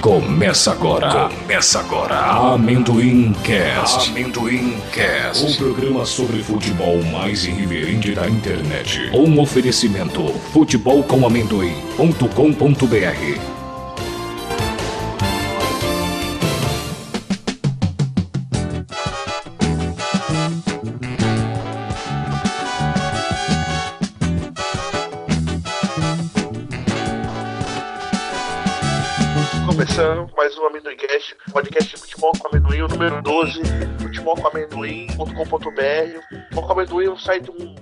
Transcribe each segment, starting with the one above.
Começa agora. Começa agora. Amendoim Cast. Amendoim Cast. O programa sobre futebol mais irreverente da internet. Um oferecimento: futebolcomamendoim.com.br. Começando mais um Amendoimcast, podcast de futebol com amendoim, o número 12, futebolcomamendoim.com.br. Futebol com amendoim é um site, um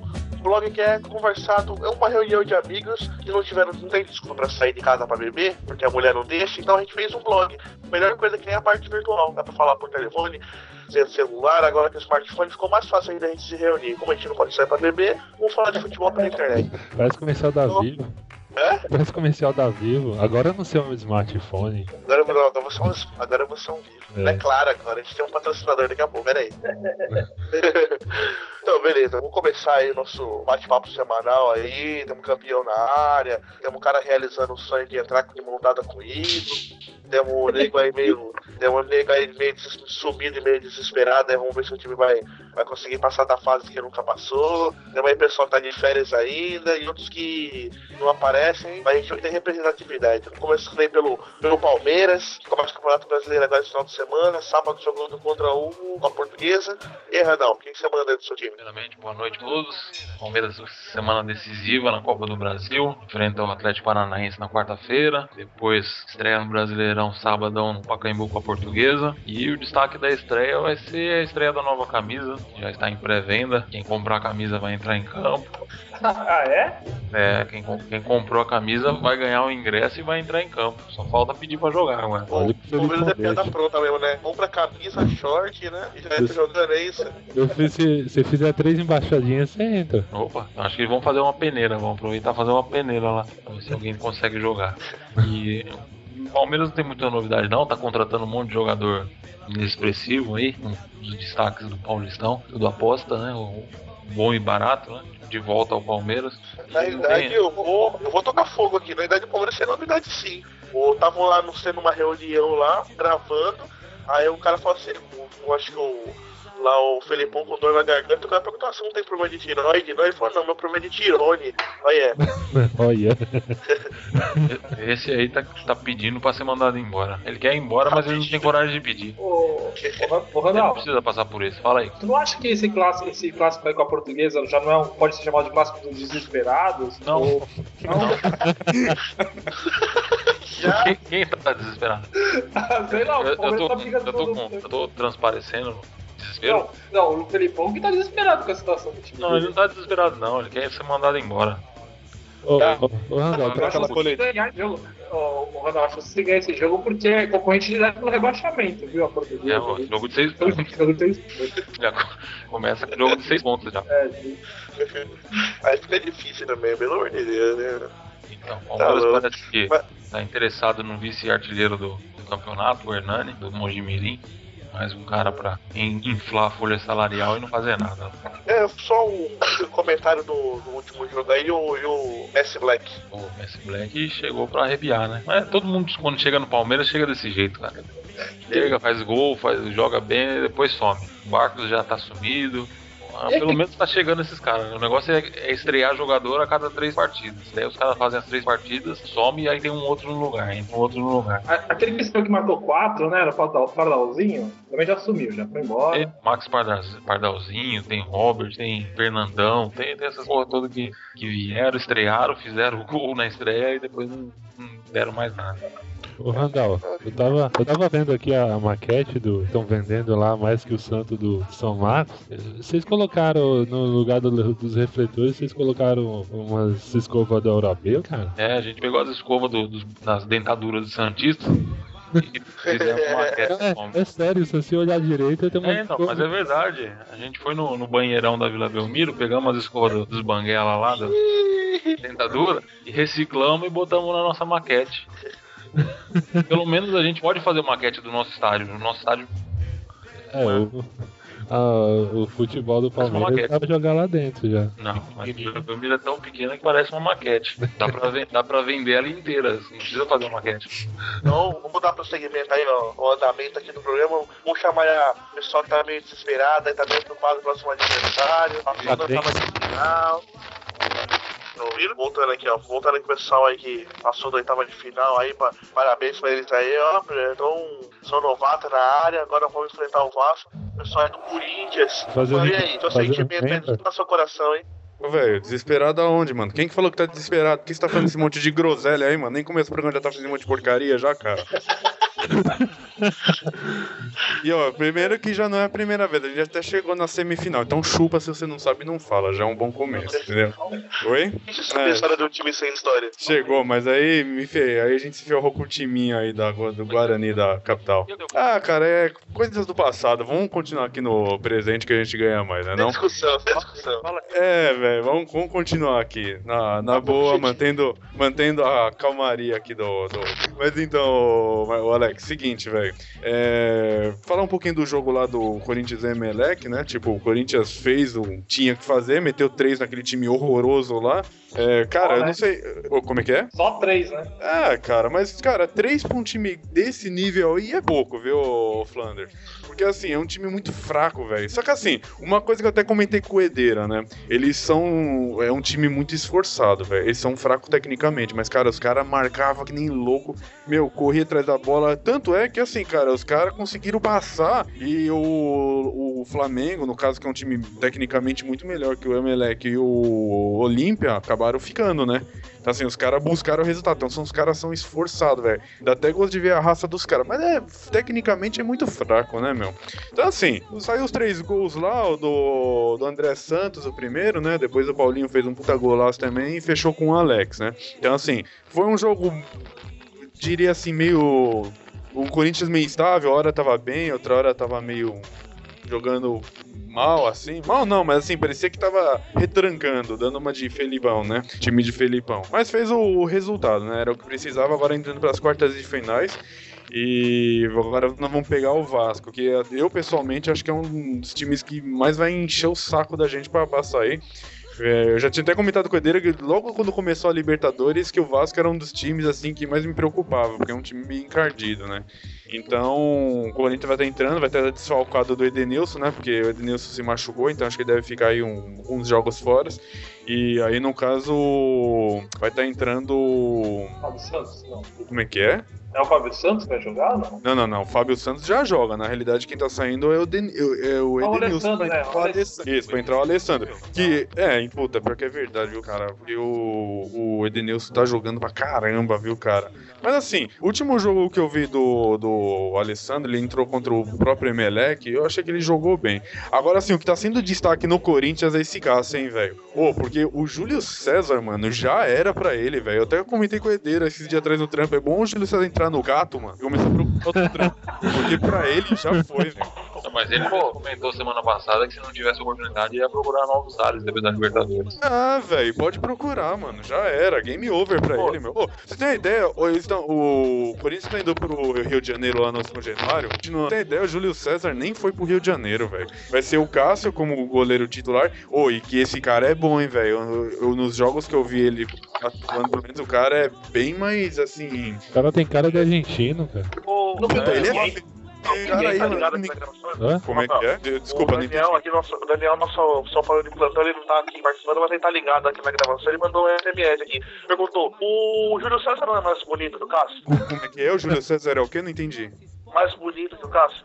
blog que é conversado, é uma reunião de amigos que não tiveram, não tem desculpa pra sair de casa pra beber, porque a mulher não deixa, então a gente fez um blog. A melhor coisa que é a parte virtual, dá pra falar por telefone, sem celular, agora que o smartphone ficou mais fácil ainda a gente se reunir. Como a gente não pode sair pra beber, vamos falar de futebol pela internet. Parece comercial da Não. Vivo. Hã? Parece comercial da Vivo. Agora eu não sei o meu smartphone. Agora, eu vou- agora, você, é um- agora eu vou ser um vivo. É. É. claro, agora a gente tem um patrocinador daqui a pouco, peraí. então, beleza, vamos começar aí o nosso bate-papo semanal aí. Temos campeão na área, temos um cara realizando o sonho de entrar de mão dada com isso. Temos um nego aí meio. Temos um nego aí meio des- sumido e meio desesperado. Aí vamos ver se o time vai, vai conseguir passar da fase que nunca passou. Temos aí pessoal que tá de férias ainda e outros que não aparecem, mas a gente tem representatividade. Começando aí pelo, pelo Palmeiras, que começa o Campeonato Brasileiro agora no final de semana, sábado jogando contra o a Portuguesa. E Radão, o que que você manda aí do seu time? Primeiramente, boa noite a todos. Palmeiras, semana decisiva na Copa do Brasil. Enfrenta o Atlético Paranaense na quarta-feira. Depois, estreia no Brasileirão, sabadão, no Pacaembu com a Portuguesa. E o destaque da estreia vai ser a estreia da nova camisa. Já está em pré-venda. Quem comprar a camisa vai entrar em campo. Ah, é? É, quem, com- quem comprou a camisa vai ganhar o ingresso e vai entrar em campo. Só falta pedir para jogar agora. Bom, Olha o pro Felipe Palmeiras é piada Alves. pronta mesmo, né? Compra camisa, short, né? E já entra Isso. jogando, é isso? Eu fiz, se você fizer três embaixadinhas, você entra. Opa, acho que eles vão fazer uma peneira, vão aproveitar e fazer uma peneira lá, pra ver se alguém consegue jogar. E o Palmeiras não tem muita novidade não, tá contratando um monte de jogador inexpressivo aí, um dos destaques do Paulistão, tudo aposta, né? O bom e barato, né? De volta ao Palmeiras. E Na não realidade, tem- eu vou, eu vou tocar fogo aqui. Na realidade, o Palmeiras é novidade sim. Ou estavam lá no sendo uma reunião lá, gravando. Aí o cara falou assim, o- eu acho que o, lá o Felipão com dor na garganta, o cara perguntou assim, não tem problema de tiroide? Não, ele falou, não, meu problema é de tirone. Aí é, Olha. Esse aí tá, tá pedindo pra ser mandado embora. Ele quer ir embora, mas ele não tem coragem de pedir. Ô, ô, ô Ele não Ronaldo, precisa passar por isso, fala aí. tu não acha que esse clássico, esse clássico aí com a portuguesa já não é um- pode ser chamado de clássico dos desesperados? Não. Ou- não. já Quem, quem tá desesperado? Sei lá, Eu, o eu tô, Palmeiras tá brigando eu, tô todo com- eu tô transparecendo desespero. Não, não, o Felipão que tá desesperado com a situação do time. Não, ele não tá desesperado não, ele quer ser mandado embora. Ô, Tá. ô, ô, Randall, Eu tá acho que se ganhar esse jogo, ô, ô, Ronaldo, acho que se ganhar esse jogo porque é concorrente direto no rebaixamento, viu? A portuguesa. Então, É, ó, jogo de seis pontos. É, Já co- começa com jogo de seis pontos já. aí fica difícil também, pelo amor de Deus, né? Então, o Tá Palmeiras louco. parece que tá interessado no vice-artilheiro do, do campeonato, o Hernani, do Mojimirim. Mais um cara pra in- inflar a folha salarial e não fazer nada. É, só um comentário do, do último jogo aí, e o, e o S Black. O Messi Black chegou pra arrepiar, né? Mas todo mundo, quando chega no Palmeiras, chega desse jeito, cara. Chega, faz gol, faz, joga bem, depois some. O Barcos já tá sumido. Ah, pelo menos tá chegando esses caras. né? O negócio é, é estrear jogador a cada três partidas. Daí os caras fazem as três partidas, some e aí tem um outro no lugar, entra um outro no lugar. A- Aquele cristão que matou quatro, né? Era o Pardal- Pardalzinho, também já sumiu, já foi embora. Tem Max Pardaz- Pardalzinho, tem Robert, tem Fernandão, tem, tem essas porra todas que, que vieram, estrearam, fizeram gol na estreia e depois não, não deram mais nada. ô, Randall, eu tava, eu tava vendo aqui a, a maquete do. Estão vendendo lá mais que o santo do São Marcos. Vocês colocaram no lugar do- dos refletores, vocês colocaram umas escovas da Oral-B, cara? É, a gente pegou as escovas do- dos- das dentaduras do Santista e fizemos uma testa. É, é sério, se você olhar direito, tem uma É, não, mas é verdade. A gente foi no, no banheirão da Vila Belmiro, pegamos as escovas do- dos banguela lá, da dentadura, e reciclamos e botamos na nossa maquete. Pelo menos a gente pode fazer maquete do nosso estádio. O nosso estádio É, o, ah, o futebol do Faz uma Palmeiras maquete. dá pra jogar lá dentro já. Não, mas a câmera é tão pequena que parece uma maquete. Dá pra, ven- dá pra vender ela inteira, assim, não precisa fazer uma maquete. Então, vamos dar prosseguimento aí, ó, o andamento aqui do programa. Vamos chamar a pessoal que tá meio desesperado, aí tá meio preocupado com o próximo aniversário. A pessoa não bem. tava de final. Não ouviram? Voltando aqui, ó. Voltando aqui, o pessoal aí que passou da oitava de final aí, pa- parabéns pra eles aí, ó. Então, são novatos na área, agora vamos enfrentar o Vasco. O pessoal é do Corinthians. Fazendo- e aí, seu fazendo sentimento aí, renda. tá seu coração, hein? Ô, velho, desesperado aonde, mano? Quem que falou que tá desesperado? Por que você tá fazendo esse monte de groselha aí, mano? Nem começou o programa, já tá fazendo um monte de porcaria já, cara. e ó, primeiro que já não é a primeira vez, a gente até chegou na semifinal. Então chupa se você não sabe, não fala. Já é um bom começo, entendeu? Oi? Deixa eu saber a É. história de um time sem história. Chegou, mas aí me fe... aí a gente se ferrou com o timinho aí da, do Guarani da capital. Ah, cara, é coisas do passado. Vamos continuar aqui no presente que a gente ganha mais, né? Sem Não? discussão, sem discussão. É, velho, vamos, vamos continuar aqui. Na, na boa, mantendo, mantendo a calmaria aqui do, do. Mas então, o Alex, seguinte, velho. É, falar um pouquinho do jogo lá do Corinthians e Emelec, né? Tipo, o Corinthians fez o que tinha que fazer, meteu três naquele time horroroso lá. É, cara, eu não sei. Ô, Como é que é? Só três, né? Ah, cara, mas, cara, três pra um time desse nível aí é pouco, viu, Flanders? Porque, assim, é um time muito fraco, velho. Só que, assim, uma coisa que eu até comentei com o Edeira, né? Eles são. É um time muito esforçado, velho. Eles são fracos tecnicamente, mas, cara, os caras marcavam que nem louco. Meu, corria atrás da bola. Tanto é que, assim, cara, os caras conseguiram passar e o, o Flamengo, no caso, que é um time tecnicamente muito melhor que o Emelec e o Olímpia, acabaram ficando, né? Então, assim, os caras buscaram o resultado. Então, são, os caras são esforçados, velho. Dá até gosto de ver a raça dos caras. Mas, é, tecnicamente é muito fraco, né, meu? Então, assim, saiu os três gols lá, o do, do André Santos, o primeiro, né? Depois o Paulinho fez um puta golaço também e fechou com o Alex, né? Então, assim, foi um jogo, diria assim, meio. O Corinthians meio estável, a hora tava bem, outra hora tava meio jogando mal, assim. Mal não, mas assim, parecia que tava retrancando, dando uma de Felipão, né? Time de Felipão. Mas fez o, o resultado, né? Era o que precisava, agora entrando pras quartas de finais. E agora nós vamos pegar o Vasco, que eu pessoalmente acho que é um dos times que mais vai encher o saco da gente pra passar aí. É, eu já tinha até comentado com o Edeira que logo quando começou a Libertadores que o Vasco era um dos times assim que mais me preocupava, porque é um time meio encardido, né? Então, o Corinthians vai estar entrando, vai estar desfalcado do Edenilson, né? Porque o Edenilson se machucou, então acho que deve ficar aí um- uns jogos fora. E aí, no caso, vai estar entrando. Fábio Santos, não. Como é que é? É o Fábio Santos que vai jogar, não? Não, não, não. O Fábio Santos já joga. Na realidade, quem tá saindo é o, Den... eu- é o Ah, o Edenilson. Alessandro, pra né? entrar o O Alessandro. Isso, pra entrar o Alessandro. Que, é, em puta, pior que é verdade, viu, cara? Porque o, o Edenilson tá jogando pra caramba, viu, cara? Mas assim, o último jogo que eu vi do, do Alessandro, ele entrou contra o próprio Emelec, eu achei que ele jogou bem. Agora, assim, o que tá sendo destaque no Corinthians é esse Cássio, hein, velho? Ô, porque o Júlio César, mano, já era pra ele, velho. Eu até comentei com o Edeira esses dias atrás no trampo. É bom o Júlio César entrar no gato, mano. E começar a procurar outro trampo. Porque pra ele já foi, velho. Não, mas ele comentou semana passada que se não tivesse oportunidade ia procurar novos ares depois da Libertadores. Ah, velho, pode procurar, mano. Já era. Game over pra ele, meu. Ô, você tem uma ideia? Ô, eles tão- o Corinthians tá indo pro Rio de Janeiro lá no São Januário. Continua. Você tem ideia? O Júlio César nem foi pro Rio de Janeiro, velho. Vai ser o Cássio como goleiro titular. Ô, e que esse cara é bom, hein, velho. Eu- eu- Nos jogos que eu vi ele atuando, pelo menos o cara é bem mais assim. O cara tem cara de argentino, cara. O... Não, Puta, ele é. Ninguém- Esse cara aí, tá mano, ligado ninguém- nessa gravação? Hã? Como é que é? De- Desculpa, o nem. Daniel, aqui, nosso, o Daniel, nosso São Paulo de plantão, ele não tá aqui participando, mas ele tá ligado aqui na gravação. Ele mandou um SMS aqui. Perguntou: o Júlio César não é mais bonito que o Cássio? Como é que é? O Júlio César é o quê? Não entendi. Mais bonito que o Cássio?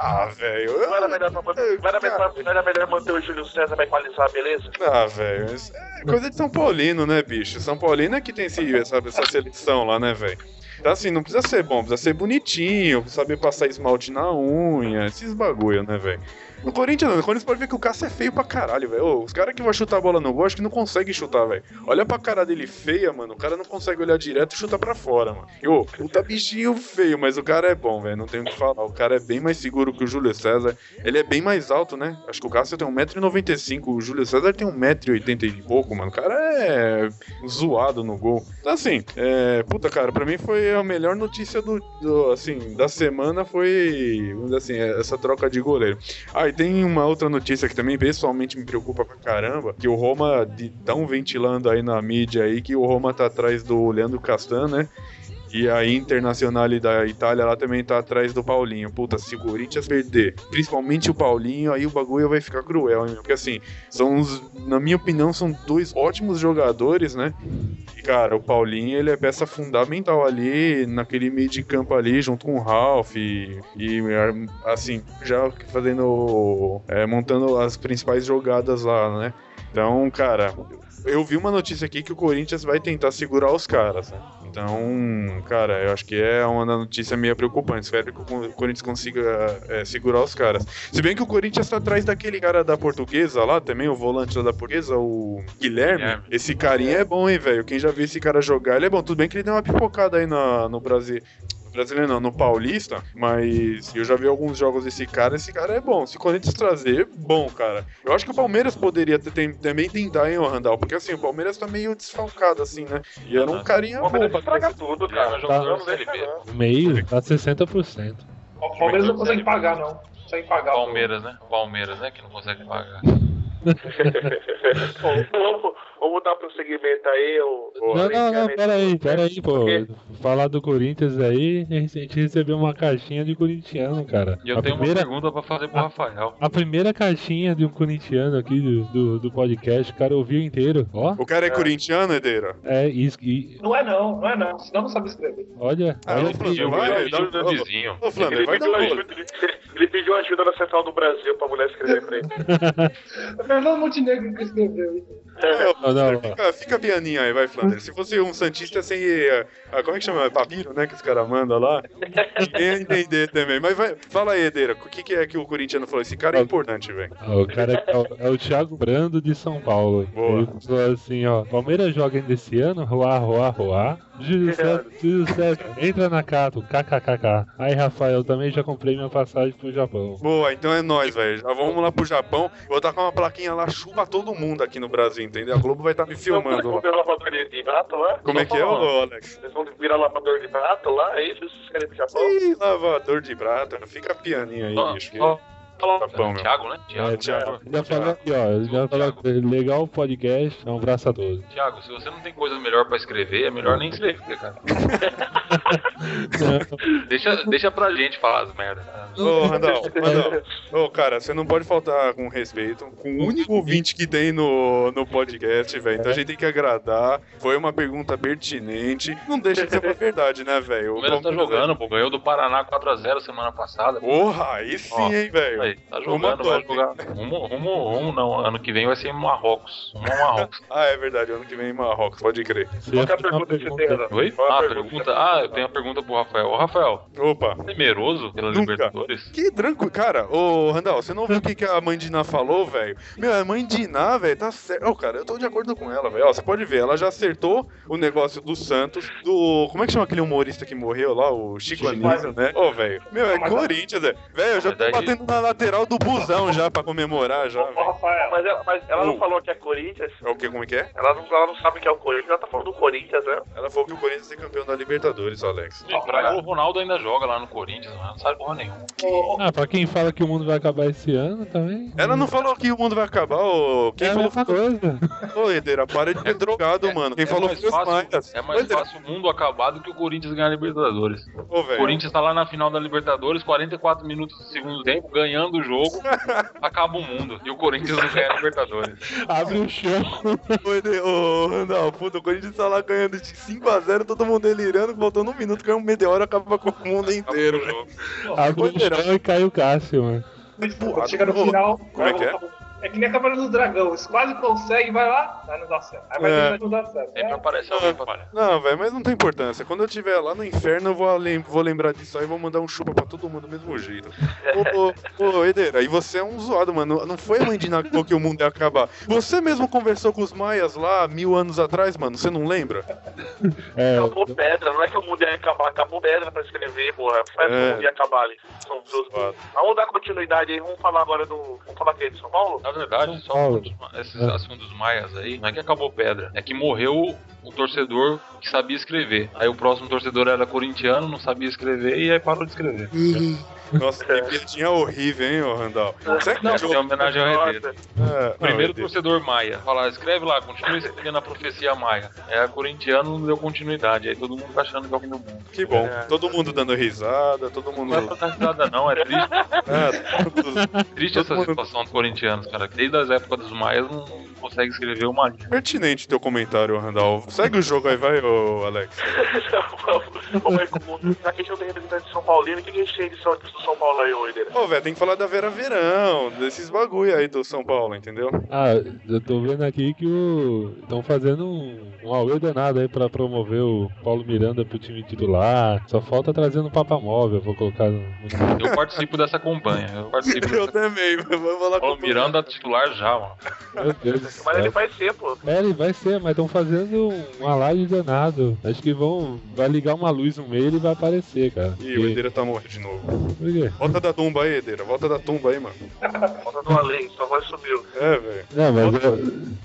Ah, velho. eu- Não era melhor, pra, não era melhor, não era melhor manter o Júlio César pra equalizar a beleza? Ah, velho, mas é coisa de São Paulino, né, bicho? São Paulino é que tem esse, essa, essa seleção lá, né, velho? Então, assim, não precisa ser bom, precisa ser bonitinho, saber passar esmalte na unha, esses bagulho, né, velho? No Corinthians, não. No Corinthians pode ver que o Cássio é feio pra caralho, velho. Ô, Os caras que vão chutar a bola no gol, acho que não conseguem chutar, velho. Olha pra cara dele feia, mano. O cara não consegue olhar direto e chutar pra fora, mano. E, Ô, puta bichinho feio, mas o cara é bom, velho. Não tem o que falar. O cara é bem mais seguro que o Júlio César. Ele é bem mais alto, né? Acho que o Cássio tem 1,95m, o Júlio César tem 1,80m e pouco, mano. O cara é zoado no gol. Então, assim, é, puta, cara, pra mim foi a melhor notícia do, do, assim, da semana foi, vamos dizer assim, essa é, troca de goleiro. Ah, e tem uma outra notícia que também pessoalmente me preocupa pra caramba, que o Roma de, tão ventilando aí na mídia aí que o Roma tá atrás do Leandro Castan, né? E a Internacional da Itália lá também tá atrás do Paulinho. Puta, se o Corinthians perder, principalmente o Paulinho, aí o bagulho vai ficar cruel, hein? meu? Porque assim, são uns, na minha opinião, são dois ótimos jogadores, né? E cara, o Paulinho, ele é peça fundamental ali naquele meio de campo ali, junto com o Ralf e, e, assim, já fazendo é, montando as principais jogadas lá, né? Então, cara, eu vi uma notícia aqui que o Corinthians vai tentar segurar os caras, né? Então, cara, eu acho que é uma notícia meio preocupante. Espero que o Corinthians consiga é, segurar os caras. Se bem que o Corinthians tá atrás daquele cara da portuguesa lá também, o volante lá da portuguesa, o Guilherme. Guilherme. Esse carinha é bom, hein, velho? Quem já viu esse cara jogar, ele é bom. Tudo bem que ele deu uma pipocada aí na, no Brasil brasileiro não, no paulista, mas eu já vi alguns jogos desse cara, esse cara é bom. Se o Corinthians trazer, bom, cara. Eu acho que o Palmeiras poderia ter, tem, também tentar, hein, Randall? Porque assim, o Palmeiras tá meio desfalcado, assim, né? E era um carinha bom. Pra estraga tudo, cara. Jogando Tá, meio, tá 60%. O Palmeiras não consegue pagar, não. Sem pagar. Palmeiras, né? Palmeiras, né? Que não consegue pagar. Bom, vamos, vamos dar prosseguimento aí. O, o Não, não, não, é Alexandre- peraí, peraí, pô. Por quê? Falar do Corinthians aí, a gente recebeu uma caixinha de corintiano, cara. E eu a tenho primeira, uma pergunta pra fazer pro Rafael. A primeira caixinha de um corintiano aqui do, do, do podcast, o cara ouviu inteiro, ó. O cara é, corintiano, Edeira? É, isso, e, Não é não, não é não. Senão não sabe escrever. olha, Ah, olha eu que- Eu vai, Eu dá- sou dá- vizinho. Ô, Flander, Ele vai dar um pediu, uma... ajuda, ele pediu ajuda na Central do Brasil pra mulher escrever pra ele. É Fernando Montenegro que escreveu. É, Não, não, Fica, fica pianinho aí, vai, Flander. Se fosse um Santista sem. eh, ah, como é que chama? Papiro, né? Que os caras mandam lá. Ninguém ia entender também. Mas vai, fala aí, Edeira. O que, que é que o corintiano falou? Esse cara é importante, velho. Ó, O cara é, o- é o Thiago Brando de São Paulo. Boa. Ele falou assim, ó. Palmeiras joga ainda esse ano, roá, roá, roá. Júlio César, Júlio César, entra na Cato, kkkk. Aí, Rafael, também já comprei minha passagem pro Japão. Boa, então é nóis, velho. Já vamos lá pro Japão. Vou tacar uma plaquinha lá, chupa todo mundo aqui no Brasil, entendeu? A Globo vai estar me Então, filmando lá. Vão virar lavador de- de rato lá? Como é que é, ô, Alex? Vocês vão virar lavador de rato lá? É isso? Vocês querem pro Japão? Ih, lavador de prata. Fica pianinho aí, bicho. que- Japão, Tá meu. Tiago, né? É, Tiago, Thiago. Já falou aqui, ó. ele Já falou, aqui, legal o podcast, é um abraço a todos. Tiago, se você não tem coisa melhor pra escrever, é melhor nem escrever, cara. deixa, deixa pra gente falar as merdas. Ô, Randall, Randall. Ô, cara, você não pode faltar com respeito com o único ouvinte que tem no, no podcast, velho. Então a gente tem que agradar. Foi uma pergunta pertinente. Não deixa de ser uma verdade, né, O velho? Palmeiras tá é. jogando, pô. Ganhou do Paraná 4x0 semana passada. Porra, aí sim, Ó, hein, velho. Aí, tá Rumo jogando, a vai top. jogar. Rumo, rumo, rumo, não. Ano que vem vai ser em Marrocos. Rumo a Marrocos. Ah, é verdade. Ano que vem em Marrocos, pode crer. Você Qual ia que é a fazer uma pergunta que você tem, Tá. pergunta. Renan? Oi? Qual é a Ah, pergunta? pergunta. Ah, eu tenho a pergunta pro Rafael. Ô, Rafael, Opa. temeroso pela Nunca. Libertadores? Que tranquilo, cara. Ô, Randall, você não viu o que, que a mãe de Ná falou, velho? Meu, a mãe de Ná, velho, tá certo. Ô, cara, eu tô de acordo com ela, velho. Ó, Você pode ver, ela já acertou o negócio do Santos, do. Como é que chama aquele humorista que morreu lá? O Chico Chico Anísio, né? Ô, velho. Meu, é Corinthians, velho. Velho, eu já tô Verdade. batendo na lateral do busão já pra comemorar já, Ô, velho. Rafael. Mas, ela- mas ela Hum. não falou que é Corinthians? É o que? Como é que é? Ela não, ela não sabe que é o Corinthians, ela tá falando do Corinthians, né? Ela falou que o Corinthians é campeão da Libertadores, Alex. Ih, pra- O Ronaldo ainda joga lá no Corinthians, mano. Não sabe porra nenhuma. Ô, ô, Ah, pra quem fala que o mundo vai acabar esse ano também. Ela não falou que o mundo vai acabar, ô. Quem é a falou mesma coisa. Ô, Edeira, para de ser drogado, mano. Quem falou É, mais foi o Maias. fácil, é mais Ô, Edeira, fácil o mundo acabar do que o Corinthians ganhar a Libertadores. ô, O velho. Corinthians tá lá na final da Libertadores, 44 minutos do segundo tempo, ganhando o jogo, acaba o mundo. E o Corinthians não ganha a Libertadores. Abre o chão. Ô, Ede- Ô, Randall, puta, o Corinthians tá lá ganhando de 5x0, todo mundo delirando, faltando um minuto, caiu um meteoro, acaba com o mundo inteiro, velho. Abre o chão e cai o Cássio, mano. Quando chega no Ô, final. como é que é? É que nem a Câmara do Dragão. Eles quase conseguem, vai lá, mas não dá certo. Aí vai É. tentar, não dá certo. Sempre É. aparece alguém pra falar. Não, velho, mas não tem importância. Quando eu estiver lá no inferno, eu vou, lem- vou lembrar disso aí e vou mandar um chupa pra todo mundo do mesmo jeito. Ô, ô, ô, Edeira, e você é um zoado, mano. Não foi a mãe de Ná que falou que o mundo ia acabar. Você mesmo conversou com os maias lá mil anos atrás, mano. Você não lembra? É, Acabou pedra, não é que o mundo ia acabar, acabou pedra pra escrever, porra. Faz É. o mundo ia acabar ali. São duas coisas. Vamos dar continuidade aí, vamos falar agora do. Vamos falar aqui de São Paulo? Na verdade, só Paulo. os- esses É. assuntos maias aí, não é que acabou pedra, é que morreu o torcedor que sabia escrever. Aí o próximo torcedor era corintiano, não sabia escrever e aí parou de escrever. Nossa, que piadinha horrível, hein, ô Randall? Será que Essa Joe- é homenagem ao herdeiro. É, não, Primeiro Herdeiro. torcedor maia. Fala, escreve lá, continua escrevendo a profecia maia. É, corintiano não deu continuidade, aí todo mundo tá achando que é o fim do mundo. Que bom. É. Todo mundo dando risada, todo mundo. Não é pra dar risada, não, é triste, É, todo mundo triste essa Todo mundo- situação dos corintianos, cara. Desde as épocas dos maias não consegue escrever uma linha. Pertinente teu comentário, Randall. Segue o jogo aí, vai, ô Alex. Como é que o mundo. Já que a gente não tem representante de São Paulino, o que a gente tem de São, de São Paulo aí, ô Herdeiro? Ô, velho, tem que falar da Vera Verão, desses bagulho aí do São Paulo, entendeu? Ah, eu tô vendo aqui que estão fazendo um, um auê danado aí pra promover o Paulo Miranda pro time titular. Só falta trazendo o Papa Móvel, vou colocar no. no- Eu participo dessa campanha. Eu participo Eu dessa também, mas vou falar Paulo com Miranda titular já, mano. Meu Deus do céu. Mas ele vai ser, pô. É, ele vai ser, mas estão fazendo um alarde danado. Acho que vão. Vai ligar uma luz no meio e ele vai aparecer, cara. Ih, o Edeira tá morrendo de novo. Por quê? Volta da tumba aí, Edeira. Volta da tumba aí, mano. Falta no além, sua voz subiu. É, velho. Não, mas eu,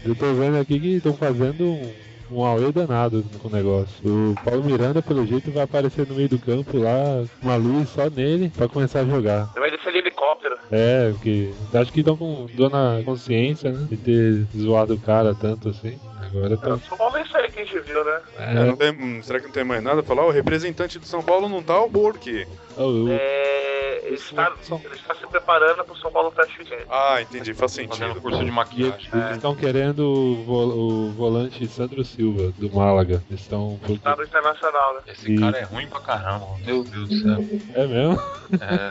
eu tô vendo aqui que estão fazendo um, um auê danado com o negócio. O Paulo Miranda, pelo jeito, vai aparecer no meio do campo lá, uma luz só nele, pra começar a jogar. Ele vai descer de helicóptero. É, porque acho que estão com dona consciência, né? De ter zoado o cara tanto assim. Agora tá. São Paulo é isso aí que a gente viu, né? É, É, não tem- hum, será que não tem mais nada pra falar? O representante do São Paulo não tá o Borque. o- o- É, ele, está, ele está se preparando pro São Paulo classificar. Ah, entendi, faz sentido. Tá Fazendo curso de e é maquiagem. eles estão querendo o, vo- o volante Sandro Silva, do Málaga. Eles estão. Está Tá no Internacional, né? Esse cara é ruim pra caramba, mano. meu Deus do céu. É mesmo?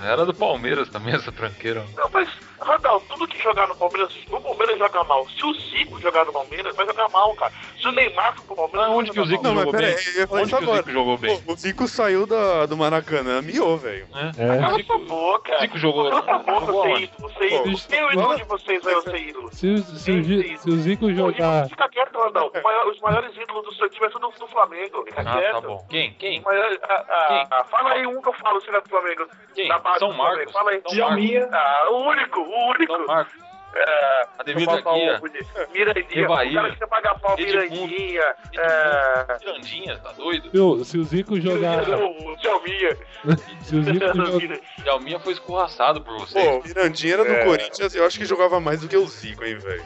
É, era do Palmeiras também, essa tranqueira. mano. Não, mas, Randall, tudo que jogar no Palmeiras, o Palmeiras joga mal. Se o Zico jogar no Palmeiras, vai jogar mal, cara. Se o Neymar for pro Palmeiras, Mas onde vai que o jogar Zico Não, mal. mas jogou pera aí, bem? eu ia falar Onde isso que o agora. Zico jogou bem? Pô, o Zico saiu da, do Maracanã, miou, velho. É. É. Cala sua boca. Zico jogou. Cala sua boca, jogou seu onde? ídolo. Seu ídolo. Pô, Quem é o ídolo fala- de vocês vai ser ídolo? Se o, se o Gi- se o Zico Pô, jogar. ídolo, Fica quieto, Randall. O maior- Os maiores ídolos do seu time é tudo do Flamengo. Fica Ah, quieto. tá bom. Quem? Quem? Mas, ah, ah, ah, fala aí um que eu falo se não é do Flamengo. Quem? Da base São do Flamengo. Marcos. Fala aí. São Djalminha. Ah, o único, o único. Então, Marcos. É, Ademir eu falo Guia. um, bonito. Mirandinha. O Bahia. cara que você paga pau, Edmundo. Mirandinha. É, Mirandinha, tá doido? Se o, se o Zico jogar. o Djalminha. Se o Zico jogar. Djalminha foi escorraçado por vocês. Pô, o Mirandinha era do é. Corinthians e eu acho que jogava mais do que o Zico, hein, velho.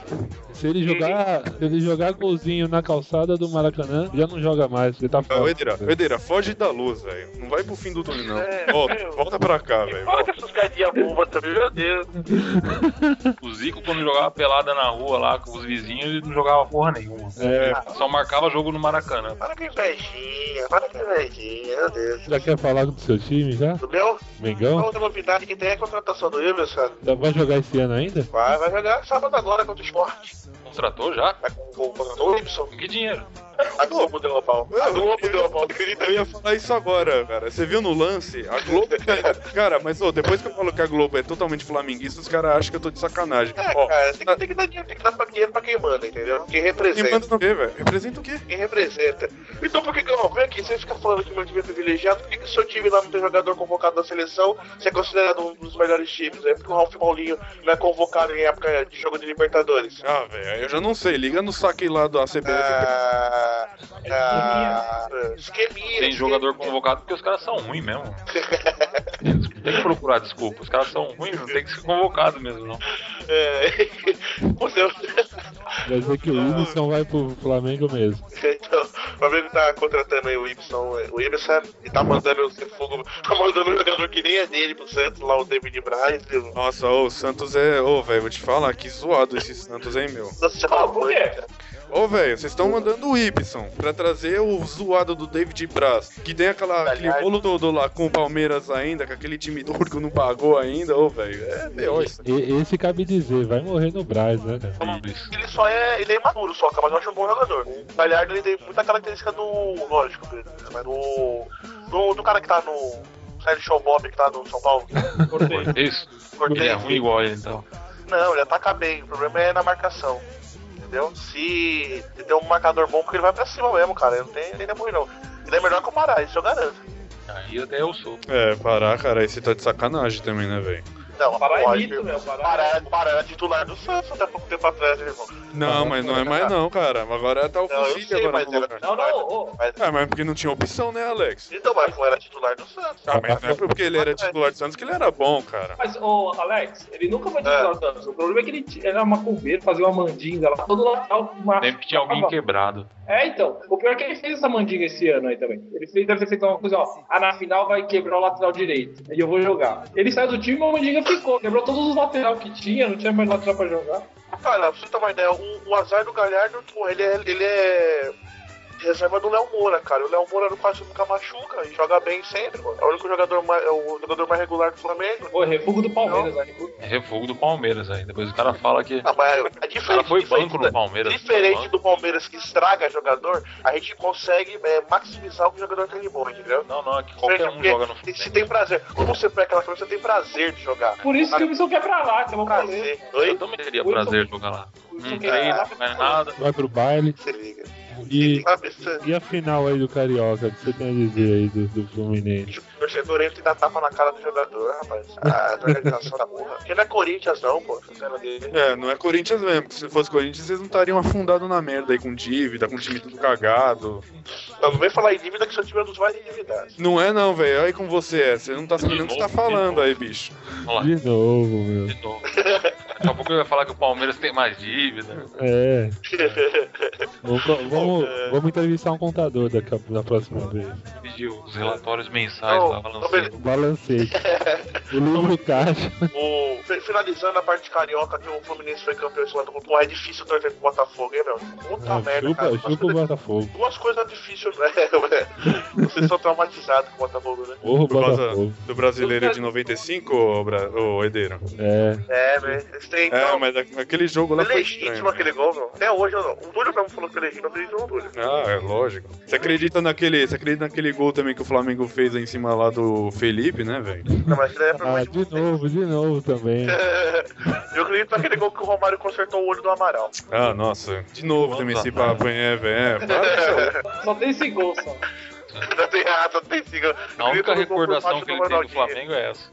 Se ele jogar. Se ele jogar golzinho na calçada do Maracanã, já não joga mais. Ele tá Ah, fora. Edeira, Edeira, foge da luz, velho. Não vai pro fim do túnel, não. É, Volta, meu. volta pra cá, velho. Fala com essas carinhas bobas também, meu Deus. O Zico, quando jogava pelada na rua lá com os vizinhos, ele não jogava porra nenhuma. É, Só marcava jogo no Maracanã. Para com invejinha, para com invejinha, meu Deus. já quer falar do seu time já? Do meu? A Mengão? outra novidade que tem é a contratação do Emerson, cara. Já Vai jogar esse ano ainda? Vai, vai jogar sábado agora contra o esporte. Contratou já? Tá com com- com o Ibson. Com que dinheiro? A Globo deu a pau. A Globo deu a pau, acredita Eu ia falar isso agora, cara. Você viu no lance? A Globo. é- cara, mas ô, depois que eu falo que a Globo é totalmente flamenguista, os caras acham que eu tô de sacanagem. É, Ó, cara, tem que, tem que dar dinheiro, tem que dar pra dinheiro pra quem manda, entendeu? Quem quem representa, manda no quê, velho? Representa o quê? quem representa. Então por que que, ó, vem aqui, você fica falando que meu time é privilegiado, por que, que o seu time lá não tem jogador convocado da seleção, você é considerado um dos melhores times? É porque o Ralf Paulinho não é convocado em época de jogo de Libertadores. Ah, velho, aí eu já não sei. Liga no saque lá do ACBF. Ah, ah, esqueminha. Tem jogador convocado porque os caras são ruins mesmo. Tem que procurar desculpa. Os caras são ruins, não tem que ser convocado mesmo, não. É, Você- Quer dizer que o Wilson vai pro Flamengo mesmo. Então, o Flamengo tá contratando aí o Ibson, é, o Ibson, e tá mandando o fogo, tá mandando um jogador que nem é dele pro Santos, lá o David Braz, e o... Nossa, ô, o Santos é. Ô, velho, vou te falar, que zoado esse Santos, hein, meu. Nossa, é por quê? Ô, velho, vocês estão mandando o Ibson pra trazer o zoado do David Braz, que tem aquela, aquele Aliás- bolo do, do lá com o Palmeiras ainda, com aquele time turco não pagou ainda, ô, velho. É, meu, isso. E, esse cabe dizer, vai morrer no Braz, né, cara? Isso. Ele só é, ele é imaturo só, cara, mas eu acho um bom jogador. O Galhardo, ele tem muita característica do, lógico, né, mas do, do, do cara que tá no... Sérgio Show Bob que tá no São Paulo. Cortei. Isso. Ele é Cortez. ruim igual ele, então. Não, ele ataca bem, o problema é na marcação. Entendeu? Se ele tem um marcador bom, porque ele vai pra cima mesmo, cara. Ele não tem, ele não é ruim, não. Ele é melhor que o Pará, isso eu garanto. Aí até eu sou. É, parar, cara, aí você tá de sacanagem também, né, velho? Não, Pará é pode. mito, meu. Pará é- Pará, Pará era titular do Santos até pouco tempo atrás, meu irmão. Não, mas não é mais não, cara. Agora tá o Não, eu sei, Fusilha agora mas no era- lugar. Não, não, ô. Mas, Ah, mas porque não tinha opção, né, Alex? então, mas não era titular do Santos. Ah, mas não é porque ele era titular de Santos que ele era bom, cara. Mas, ô, Alex, ele nunca foi titular do Santos. O problema é que ele t- era macumbeiro, fazia uma mandinga lá, todo lateral. uma- Sempre tinha alguém quebrado. É, então. O pior é que ele fez essa mandinga esse ano aí também. Ele fez, deve ter feito uma coisa, ó. Ah, na final vai quebrar o lateral direito. E eu vou jogar. Ele saiu do time e a mandinga ficou. Quebrou todos os lateral que tinha, não tinha mais lateral pra jogar. Cara, pra você ter uma ideia, o, o azar do Galhardo, pô, ele é, ele é reserva do Léo Moura, cara. O Léo Moura quase nunca machuca e joga bem sempre, mano. É o único jogador mais, é o jogador mais regular do Flamengo. Pô, é refugo do Palmeiras, né? Refugo- É refugo do Palmeiras aí. Depois o cara fala que. Ah, O mas é diferente, cara foi diferente banco da- no Palmeiras. Diferente do Palmeiras que estraga jogador, a gente consegue é, maximizar o que o jogador tem de bom, entendeu? Não, não, é que qualquer Seja um porque joga no tem- Se Flamengo. tem prazer. Quando você pega aquela camisa, você tem prazer de jogar. Por isso que o Wilson quer pra lá, que é uma coisa. Prazer. Oi? Eu também teria Wilson- prazer jogar lá. O Wilson Não quer pra treina, lá. não faz nada. Vai pro baile. Se liga. E, Sabe, você- e a final aí do Carioca? O que você tem a dizer aí do, do Fluminense? O torcedor entra e dá tapa na cara do jogador, rapaz. Ah, a organização da porra. Porque não é Corinthians, não, pô. Cara dele. É, não é Corinthians mesmo, porque se fosse Corinthians, vocês não estariam afundados na merda aí com dívida, com time tudo cagado. Não, não vem falar em dívida que seu time é um dos mais endividados. Não é não, velho. Olha como você é. Você não tá sabendo o que você tá De novo, de falando novo. aí, bicho. Vamos lá, De novo, meu. de novo. Daqui a pouco ele vai falar que o Palmeiras tem mais dívida. É. Vamos, vamos, vamos entrevistar um contador daqui a, da próxima vez. Pediu os relatórios mensais Não, lá, não, beleza. balançando. Balancei. O livro caixa. O, fi- finalizando a parte carioca, que o Fluminense foi campeão esse ano. Porra, é difícil torcer pro Botafogo, hein, meu? Puta Tá Ah, merda, chupa, cara. chupa o Botafogo. Duas coisas difíceis, né? Vocês são traumatizados com o Botafogo, né? Porra, o Por causa Botafogo. do brasileiro de 95, ô, Bra... ô Edeiro. É. É, velho. Eles têm. É, então, mas a- aquele jogo lá é foi legítimo estranho. né? aquele gol, meu. Até hoje, eu não. o Túlio mesmo falou que é legítimo, eu acredito no Túlio. Ah, é lógico. Você acredita naquele, você acredita naquele gol também que o Flamengo fez aí em cima lá do Felipe, né, velho? Não, mas ele é Ah, de novo, de novo também. Eu acredito naquele gol que o Romário consertou o olho do Amaral. Ah, nossa. De novo também esse papo, hein, é, velho. É, para, seu- Só tem esse gol, só. Não tem errado, não tem siga. A única recordação que ele tem do Ronaldinho. Flamengo é essa.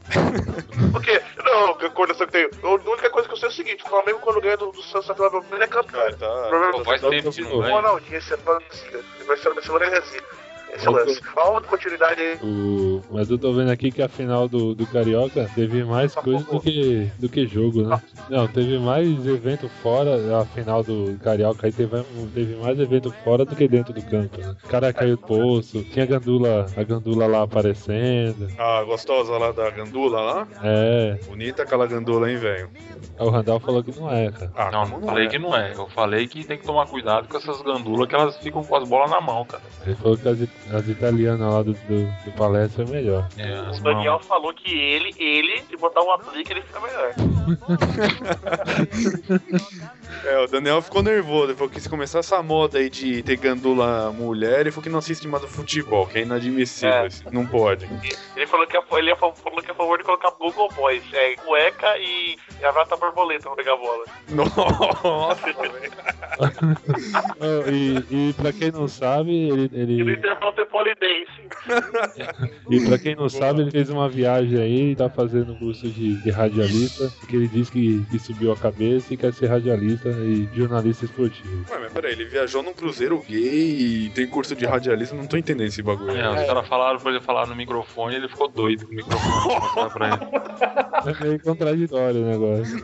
Porque, não, a recordação que tem. A única coisa que eu sei é o seguinte: o Flamengo, quando ganha do, do Santos na Vila Belmiro, é campeão. Cara, tá. O problema Pô, do faz tempo que não é. o ganha. Ronaldinho, esse ano é zica. Ele vai ser na semana ele é zica. Esse é o lance. A outra continuidade aí. O- Mas eu tô vendo aqui que a final do, do Carioca teve mais coisa do que, do que jogo, né? Não, teve mais evento fora, a final do Carioca aí teve, teve mais evento fora do que dentro do campo, né? O cara caiu do poço, tinha a gandula, a gandula lá aparecendo. A Ah, gostosa lá da gandula lá. É, Bonita aquela gandula, hein, velho. o Randall falou que não é, cara. Ah, Não, como não falei é? que não é. Eu falei que tem que tomar cuidado com essas gandulas que elas ficam com as bolas na mão, cara. Ele falou que as, it- as italianas lá do, do, do palestra é melhor. É, as O mãos. Daniel tá falou que ele, ele, se botar um aplique, ele fica melhor. É, o Daniel ficou nervoso. Ele falou que se começar essa moda aí de ter gandula mulher, ele falou que não assiste mais o futebol, que é inadmissível. É. isso. Não pode. Ele falou que é, ele é, fa- falou que é a favor de colocar Google Boys. É cueca e gravata borboleta pra pegar a bola. Nossa, Ah, e, e pra quem não sabe, ele- E no ele é intervalo tem polidense. E pra quem não sabe, ele fez uma viagem aí, tá fazendo um curso de, de radialista, porque ele diz que, que subiu a cabeça e quer ser radialista e jornalista esportivo. Ué, mas peraí, ele viajou num cruzeiro gay e tem curso de radialismo, não tô entendendo esse bagulho. É, os caras falaram pra ele falar no microfone ele ficou doido com o microfone. mostrar pra ele. É meio contraditório o negócio.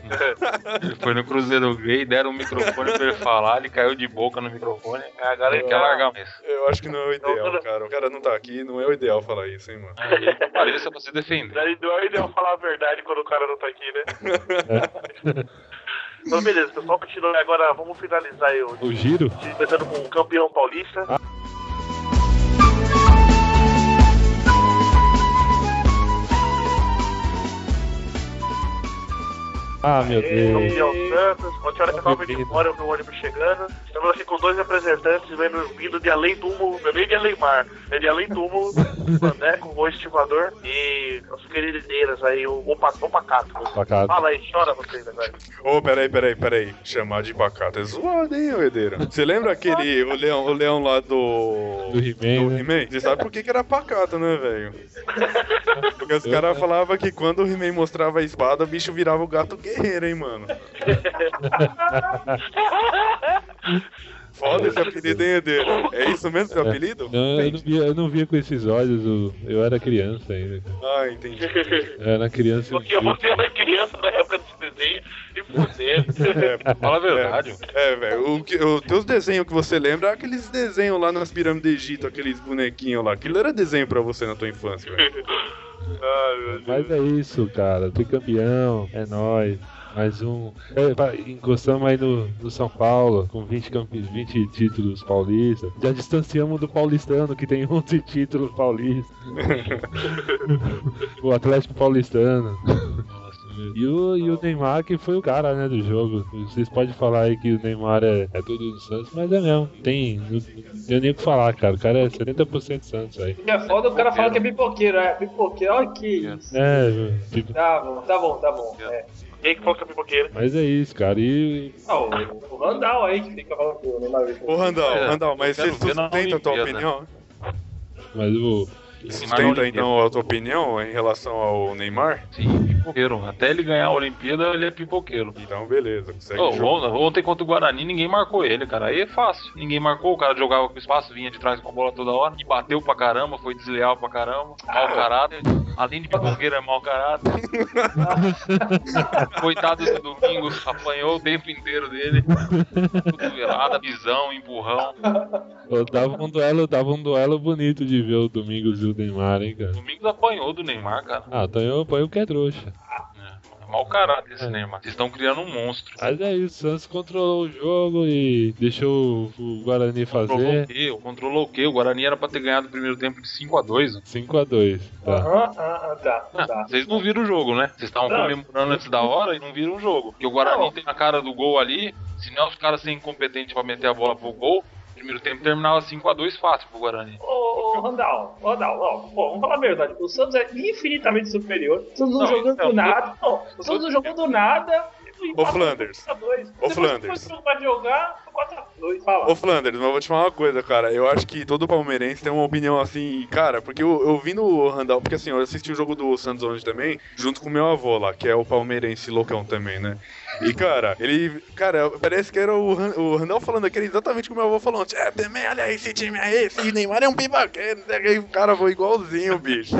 ele foi no Cruzeiro Gay, deram o microfone pra ele falar, ele caiu de boca no microfone. É, Agora tá- Ele quer largar mais. Eu acho que não é o Não, ideal, não. cara. O cara não tá aqui, não é o ideal falar isso, hein, mano. Aí pareça pra se defender. Daí não é ideal falar a verdade quando o cara não tá aqui, né? Então, beleza, pessoal, continuando agora, vamos finalizar aí o. O giro? Começando com o campeão paulista. Ah, meu Deus. campeão Santos. Ontem horas que eu tava indo Meu Deus. embora, eu vi o ônibus chegando. Estamos aqui com dois representantes vindo, vindo de além do túmulo, não é nem de além mar, é de além do túmulo, Bandeco, o estimador e os querideiras aí, o opa- Opacato. Pacato. Fala aí, chora vocês agora. Ô, peraí, peraí, peraí. Chamar de bacata é zoado, hein, ô Herdeira? Você lembra aquele, o leão, o leão lá do... Do He-Man, Do né? He-Man? Você sabe por que que era pacata, né, velho? Porque os caras falavam que quando o He-Man mostrava a espada, o bicho virava o gato guerreiro, hein, mano? Foda esse apelido, hein, Herdeira? É isso mesmo seu apelido? Não, eu, não via, eu não via com esses olhos, eu, eu era criança ainda. cara. Ah, entendi. Eu era criança. um Porque você era criança na época desse desenho e fudeu. É, Fala a verdade. É, velho, o que- os teus desenhos que você lembra é aqueles desenhos lá nas pirâmides do Egito, aqueles bonequinhos lá. Aquilo era desenho pra você na tua infância, velho. Ai, meu Deus. Mas é isso, cara. Tricampeão, é nóis. Mais um. É, pá, encostamos aí no, no São Paulo, com 20, campe... 20 títulos paulistas. Já distanciamos do paulistano, que tem 11 títulos paulistas. o Atlético Paulistano. E o, e o Neymar que foi o cara, né, do jogo. Vocês podem falar aí que o Neymar é, é tudo do Santos, mas é mesmo. Tem, não, não tem nem o que falar, cara. O cara é 70% Santos aí. E é foda, o cara fala que é pipoqueiro, é pipoqueiro, olha que isso. É, tipo, Tá bom, tá bom, tá bom. É. Quem que falou que é pipoqueiro? mas é isso, cara. E Ah, o, o Randall aí que fica falando com o Neymar. Ô, Randall, É, Randall, mas eu você quero ver na sustenta a tua Olimpíada. opinião? Mas o. Sustenta, então, a tua opinião em relação ao Neymar? Sim, pipoqueiro. Até ele ganhar a Olimpíada, ele é pipoqueiro. Então, beleza. Segue Ô, o jogo. on- ontem contra o Guarani, ninguém marcou ele, cara. Aí é fácil. Ninguém marcou, o cara jogava com espaço, vinha de trás com a bola toda hora. E bateu pra caramba, foi desleal pra caramba. Mau Ah. caráter. Além de pipoqueiro, é mau caráter. Coitado do Domingos, apanhou o tempo inteiro dele. Cotovelada, visão, empurrão. eu Dava um duelo, dava um duelo bonito de ver o Domingos e o Neymar, hein, O cara. Domingos apanhou do Neymar, cara. Ah, então eu apanho que é trouxa. É, mau caráter esse Neymar. Vocês estão criando um monstro. Mas é isso, o Santos controlou o jogo e deixou o o Guarani Controlou o fazer quê? Controlou o quê? O Guarani era pra ter ganhado o primeiro tempo de 5x2. 5x2. Tá. Aham, ah, ah, tá, tá. Ah, Vocês não viram o jogo, né? Vocês estavam Não. comemorando antes da hora e não viram o jogo. Porque o Guarani Não. tem a cara do gol ali, se não os caras serem incompetentes pra meter a bola pro gol, o primeiro tempo terminava 5x2 fácil pro Guarani. Ô, ô, ô, Randall, Randall, ó, pô, vamos falar a verdade. O Santos é infinitamente superior. O Santos não, Não, jogou então, do nada. Não, o Santos não jogou do nada. é Ô, Flanders. Ô, Flanders. Depois pra jogar, 4x2. Fala. Ô, Flanders, mas eu vou te falar uma coisa, cara. Eu acho que todo palmeirense tem uma opinião assim, cara, porque eu, eu vi no Randall, porque assim, eu assisti o jogo do Santos ontem também, junto com meu avô lá, que é o palmeirense loucão também, né? E, cara, ele. Cara, parece que era o, Ran- o Randall falando aquele exatamente como meu avô falou ontem. É, também, olha aí, esse time aí, esse Neymar é um pibaqueiro, aí o cara foi igualzinho, bicho.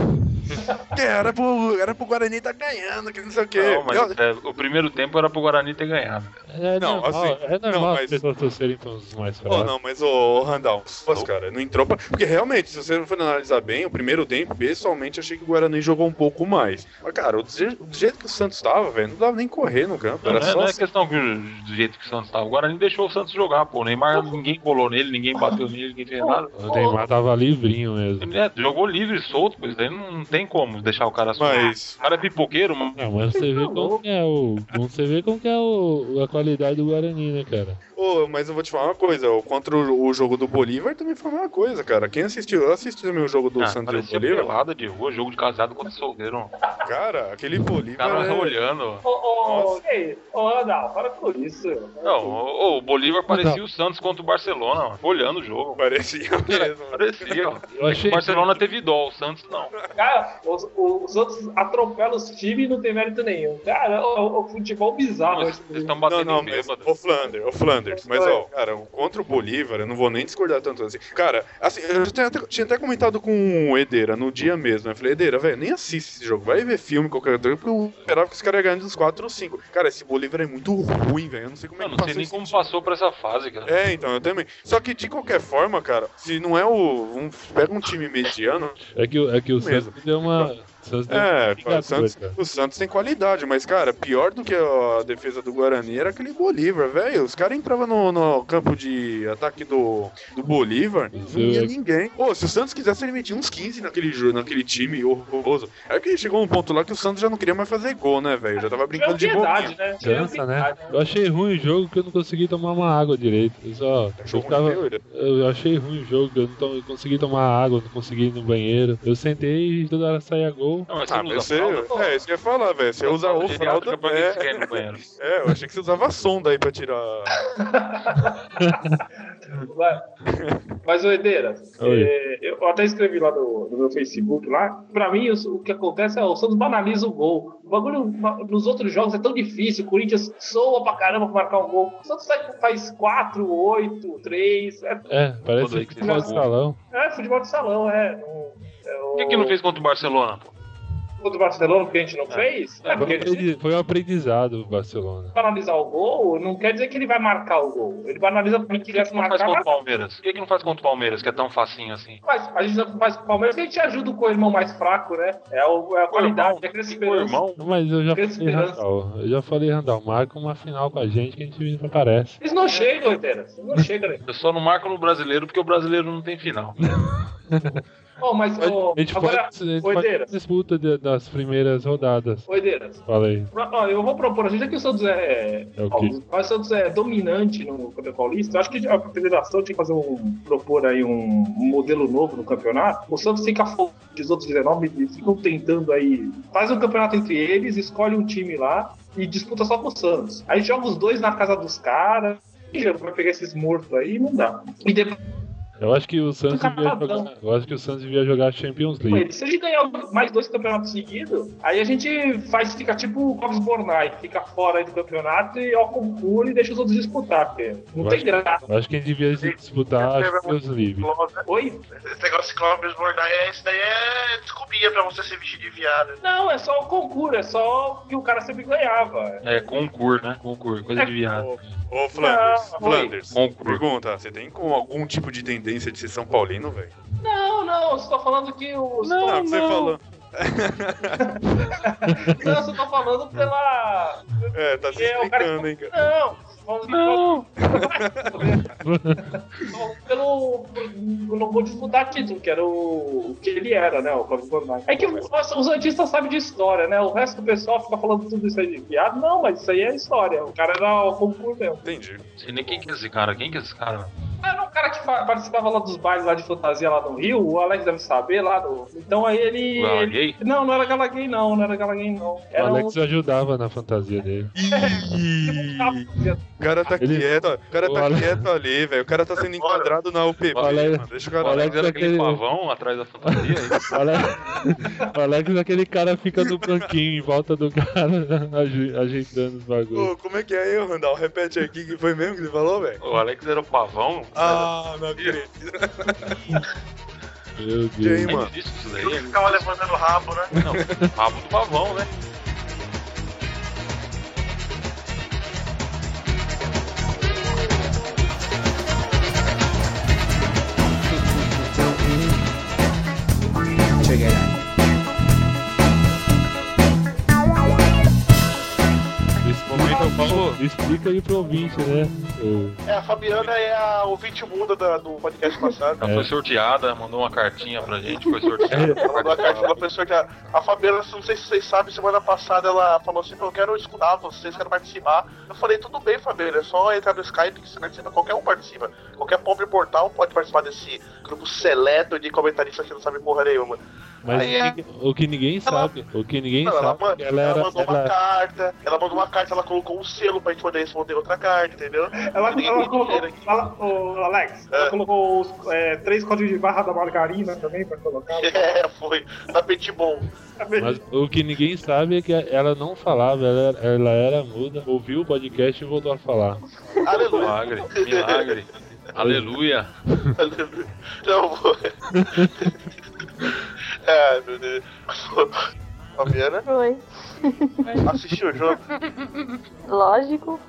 Que era pro, era pro Guarani tá ganhando, que não sei o quê. Não, mas Eu- é, o primeiro tempo era pro Guarani ter ganhado. É Não, normal, assim, é normal não, as mas- pessoas torcerem para os mais Oh, fracos. não, mas o Randall, nossa, cara, não entrou pra... Porque realmente, se você for analisar bem, o primeiro tempo, pessoalmente, achei que o Guarani jogou um pouco mais. Mas, cara, o je- o jeito, que o Santos tava, velho, não dava nem correr no campo. Não, Era não é, só. assim. não é questão que, o- do jeito que o Santos tava. O Guarani deixou o Santos jogar, pô. O Neymar, ninguém colou nele, ninguém bateu nele, ninguém fez nada. O Neymar tava livrinho mesmo. Ele é, jogou livre, solto, pois daí não tem como deixar o cara solto. Mas. O cara é pipoqueiro, mano. Não, mas você tá vê como que é o. Você vê como que é o, a qualidade do Guarani, né, cara? Ô, mas eu vou te falar uma coisa, ó, contra o, o jogo do Bolívar também foi a mesma coisa, cara. Quem assistiu, eu assisti também o jogo do Ah, Santos e o parecia Bolívar. pelada de rua, jogo de casado contra solteiro. Cara, aquele O Bolívar. cara é- olhando. Ô, ô, Nossa. que isso? ô, Randall, para com isso. Não, o, o Bolívar parecia o Santos contra o Barcelona, mano, olhando o jogo. Parecia mesmo. Parecia, ó. Eu achei. O Barcelona teve dó, o Santos não. Cara, os, os outros atropelam os times e não tem mérito nenhum. Cara, o, o futebol bizarro. Vocês esse estão Não, batendo Ah, não, em mas bêbado. o Flander, o Flanders. Mas, ó, cara, o- contra o Bolívar, eu não vou nem discordar tanto assim. Cara, assim, eu já tinha até, tinha até comentado com o Edeira no dia mesmo. né? Eu falei, Edeira, velho, nem assiste esse jogo. Vai ver filme, qualquer coisa, porque eu esperava que os caras ganham dos 4 ou 5. Cara, esse Bolívar é muito ruim, velho. Eu não sei como é Eu que não sei passou nem esse como time. passou pra essa fase, cara. É, então, eu também. Só que, de qualquer forma, cara, se não é o... um- pega um time mediano... É que, o- é que o Mesmo. Santos deu uma. Santos deu É, uma o Santos, cara. o Santos tem qualidade, mas, cara, pior do que a defesa do Guarani era aquele Bolívar, velho. Os caras entravam no, no campo de ataque do, do Bolívar, Isso não ia é- ninguém. Ô, se o Santos quisesse, ele metia uns 15 naquele, jo- naquele time horroroso. É que chegou um ponto lá que o Santos já não queria mais fazer gol, né, velho? Já tava brincando de bolinha. piedade, né? Cansa, né? Eu achei ruim o jogo que eu não consegui tomar uma água direito. Eu É só. Eu, Achou ruim, né? ficava- viu? eu achei ruim o jogo, eu não to- eu consegui tomar água, eu não consegui ir no banheiro. Eu sentei e toda hora saía gol. Não, mas Ah, mas você, é, isso que eu ia falar, velho. Você usa ou fralda, pra é, quem no banheiro. é, eu achei que você usava sonda aí pra tirar. Vai. Mas, ô Edeira, Oi. é, eu até escrevi lá no, no meu Facebook lá. Pra mim, o, o que acontece é o Santos banaliza o gol. O bagulho ma- nos outros jogos é tão difícil. O Corinthians soa pra caramba pra marcar um gol. O Santos sai- faz 4, 8, 3. É, É, Quando parece é que que futebol de você- salão. é futebol de salão, é. Não- é o- Por que, que não fez contra o Barcelona, pô? Contra o Barcelona, porque a gente não fez? É, Foi um porque a gente aprendi- Foi um aprendizado o Barcelona. banalizar o gol não quer dizer que ele vai marcar o gol. Ele banaliza pra mim que Por que, ele que vai não faz marcar, contra o mas Palmeiras? Por que, que não faz contra o Palmeiras, que é tão facinho assim? faz. A gente não faz com o Palmeiras porque a gente ajuda com o irmão mais fraco, né? É, o, é a qualidade, é a grande O esperança. irmão, Mas eu já Grande falei, esperança. Randall. Eu já falei, Randall, marca uma final com a gente que a gente não aparece. Eles não chegam, Eteras. Não chegam, né? eu só não marco no brasileiro porque o brasileiro não tem final. Oh, mas, ô, A gente agora, pode, a gente ô, pode Edeira. disputa de- das primeiras rodadas. Ô, Ederas. Falei. pro- ó, eu vou propor, assim, já que o Santos é, É o quê? Paulo, mas o Santos é dominante no Campeonato Paulista, eu acho que a federação tinha que fazer um, propor aí um, um modelo novo no campeonato. O Santos fica fora dos outros 19 e ficam tentando aí. Faz um campeonato entre eles, escolhe um time lá e disputa só com o Santos. Aí joga os dois na casa dos caras. e já Vai pegar esses mortos aí, não dá. E depois, Eu acho que o Santos Nunca devia mais jogar, eu acho que o Santos devia jogar Champions League. se a gente ganhar mais dois campeonatos seguidos, aí a gente faz, fica tipo o Cobs Bornai, fica fora aí do campeonato e ó com o culo e deixa os outros disputar, porque não Eu tem acho- graça. Eu acho que a gente devia se disputar a Champions League. Oi? Esse negócio de Clóvis Bornai, é- isso daí é desculpinha pra você se vestir de viado. Não, é só o concurso, é só que o cara sempre ganhava. É, concurso, né? Concurso, coisa de viado. Ô, ô, Flanders, Não, Flanders, Concurso. pergunta, você tem com algum tipo de tendência de ser São Paulino, velho? Não, não, eu só tô falando que o. Ah, Não, você falou. não, eu só tô falando pela. É, tá se É, o cara- explicando, hein, cara. Não, tô falando Não! pelo. Eu não vou disputar título, que era o. o que ele era, né? O Clóvis Bornai. É que nossa, os antistas sabem de história, né? O resto do pessoal fica falando tudo isso aí de piada. Não, mas isso aí é história. O cara era o concurso mesmo. Entendi. Não sei nem quem que é esse cara. Quem que é esse cara? Era um cara que fa- participava lá dos bailes lá de fantasia lá no Rio, o Alex deve saber lá do. Então aí ele. Ah, ele- gay? Não, não era Galaguei não, não era Galaguei não. O Era um Alex ajudava na fantasia dele. Ih, um. o cara tá Ele- quieto, o cara O tá Ale- quieto ali, velho. O cara tá sendo enquadrado na UPP, O Ale- mano. Deixa o é cara. o Ale- Mas era Aquele- aquele pavão atrás da fantasia? O Alex, o Alex é aquele cara que fica no banquinho em volta do cara, aje- ajeitando os bagulhos. Ô, como é que é eu, Randall? Repete aqui que foi mesmo que ele falou, velho? O Alex era o pavão? Ah, não acredito. Meu E aí, Deus. É mano? difícil isso Eu daí? ficava levantando o rabo, né? Não, rabo do pavão, né? Nesse momento eu falo, explica aí pro ouvinte, né? O- É, a Fabiana é a ouvinte muda da- do podcast passado. Ela É. foi sorteada, mandou uma cartinha pra gente, foi sorteada. Ela mandou a carta da pessoa que a, a Fabiana, não sei se vocês sabem, semana passada ela falou assim: "Pô, eu quero escutar vocês, quero participar. Eu falei: tudo bem, Fabiana, é só entrar no Skype que você participa, qualquer um participa. Qualquer pobre portal pode participar desse grupo seleto de comentaristas que não sabem porra nenhuma. Mas Aí é- o que ninguém sabe, o que ninguém Não, ela, sabe, man- que ela ela era, mandou uma ela- carta, ela mandou uma carta, ela colocou um selo pra gente poder responder outra carta, entendeu? Ela, ela colocou. Ela, ô, Alex, ela É. colocou os é, três códigos de barra da margarina também pra colocar. É, foi. Da Petibon. mas o que ninguém sabe é que ela não falava, ela, ela era muda, ouviu o podcast e voltou a falar. Aleluia. Milagre, milagre. Aleluia. Não, pô. É, meu Deus. Fabiana, Oi. assistiu o jogo. Lógico.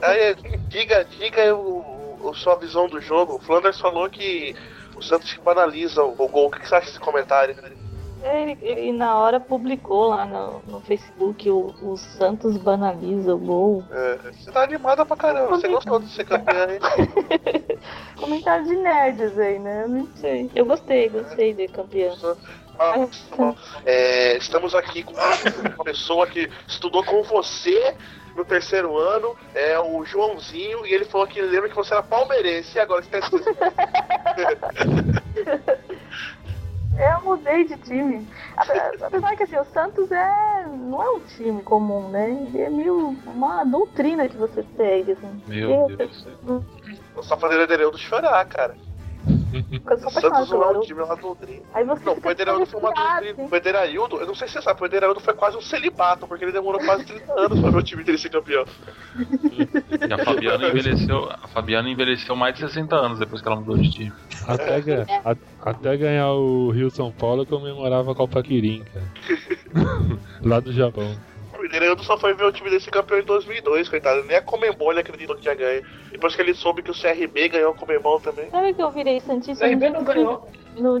Aí, diga, diga o, o- sua visão do jogo. O Flanders falou que o Santos banaliza o, o gol. O que você acha desse comentário? Ele- E na hora publicou lá no, no Facebook o, o Santos banaliza o gol. É, você tá animada pra caramba, você gostou de ser campeã, hein? Comentário de nerds aí, né? Eu Não sei. Eu gostei, gostei de campeão. Ah, é, estamos aqui com uma pessoa que estudou com você no terceiro ano, é o Joãozinho, e ele falou que lembra que você era palmeirense, e agora você tá esquecendo. É, Eu mudei de time. Ape- Apesar que assim, o Santos é não é um time comum, né? Ele é meio uma doutrina que você segue, assim. Meu Deus. Você tá fazendo Edereu do chorar, cara. Fica só apaixonado Santos não é um pelo Haroldo. time lá do Londrina. Aí você Não, o fica assim, ah, Poederildo foi é um uma desesperado, doutrina. O hein? Poederildo, eu não sei se você sabe, o Poederildo foi quase um celibato, porque ele demorou quase 30 anos pra ver o time dele ser campeão. E a Fabiana envelheceu. A Fabiana envelheceu mais de 60 anos depois que ela mudou de time. Até, ga- a- até ganhar o Rio São Paulo eu comemorava a Copa Kirin, cara. Lá do Japão. O Mineirão só foi ver o time desse campeão em 2002, coitado. Nem a Comembol ele acreditou que tinha ganho. Depois que ele soube que o CRB ganhou a Comembol também. Sabe que eu virei Santista? O RB não ganhou. No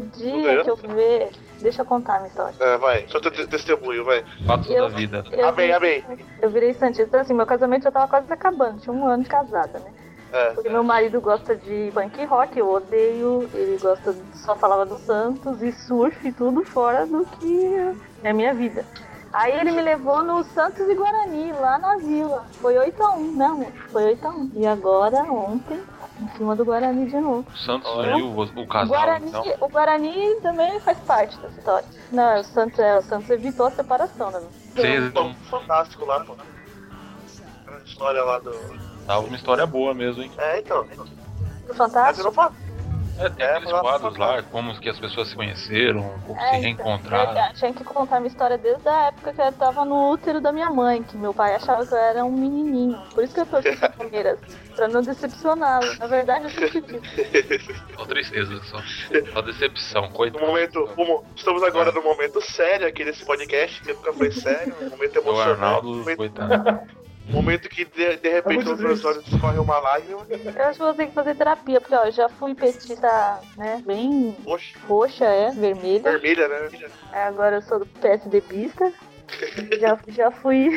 Não dia ganhou? que eu fui ver. Deixa eu contar a minha história. É, vai, só te- te- testemunho, vai. Fato Eu- da vida. Eu Amém, vi- amém. Eu virei Santista, assim, meu casamento já tava quase acabando, tinha um ano de casada, né? É. Porque meu marido gosta de punk rock, eu odeio, ele gosta, só falava do Santos e surf e tudo fora do que é a minha vida. Aí ele me levou no Santos e Guarani, lá na vila. Foi 8x1, né amor? Foi 8x1. E agora, ontem, em cima do Guarani de novo. O Santos Olha. viu o, o Ah, casal, Guarani, então. o Guarani também faz parte dessa história. Não, o Santos, é, o Santos evitou a separação, né? Vocês Bom, resumiram, fantástico lá, pô. A história lá do. tá uma história boa mesmo, hein? É, então. Do Mas eu Fantástico? não falo. É, tem É, aqueles mas- quadros lá, como que as pessoas se conheceram, como É, se então, reencontraram. Eu tinha que contar minha história desde a época que eu tava no útero da minha mãe, que meu pai achava que eu era um menininho. Por isso que eu torci pro Palmeiras, pra não decepcioná-lo. Na verdade, eu sempre disse. Só tristeza, só, só decepção, No coitado. momento. o mo- Estamos É. agora no momento sério aqui desse podcast, que nunca foi sério. Um momento O emocionante. Um Arnaldo, momento, coitado. um momento que de, de repente É muito os meus triste. olhos escorrem uma lágrima. Eu acho que vou ter que fazer terapia, porque ó, eu já fui petista, né, bem Poxa, roxa, é, vermelha. vermelha, né? É, Agora eu sou do PSDBista. já, já fui.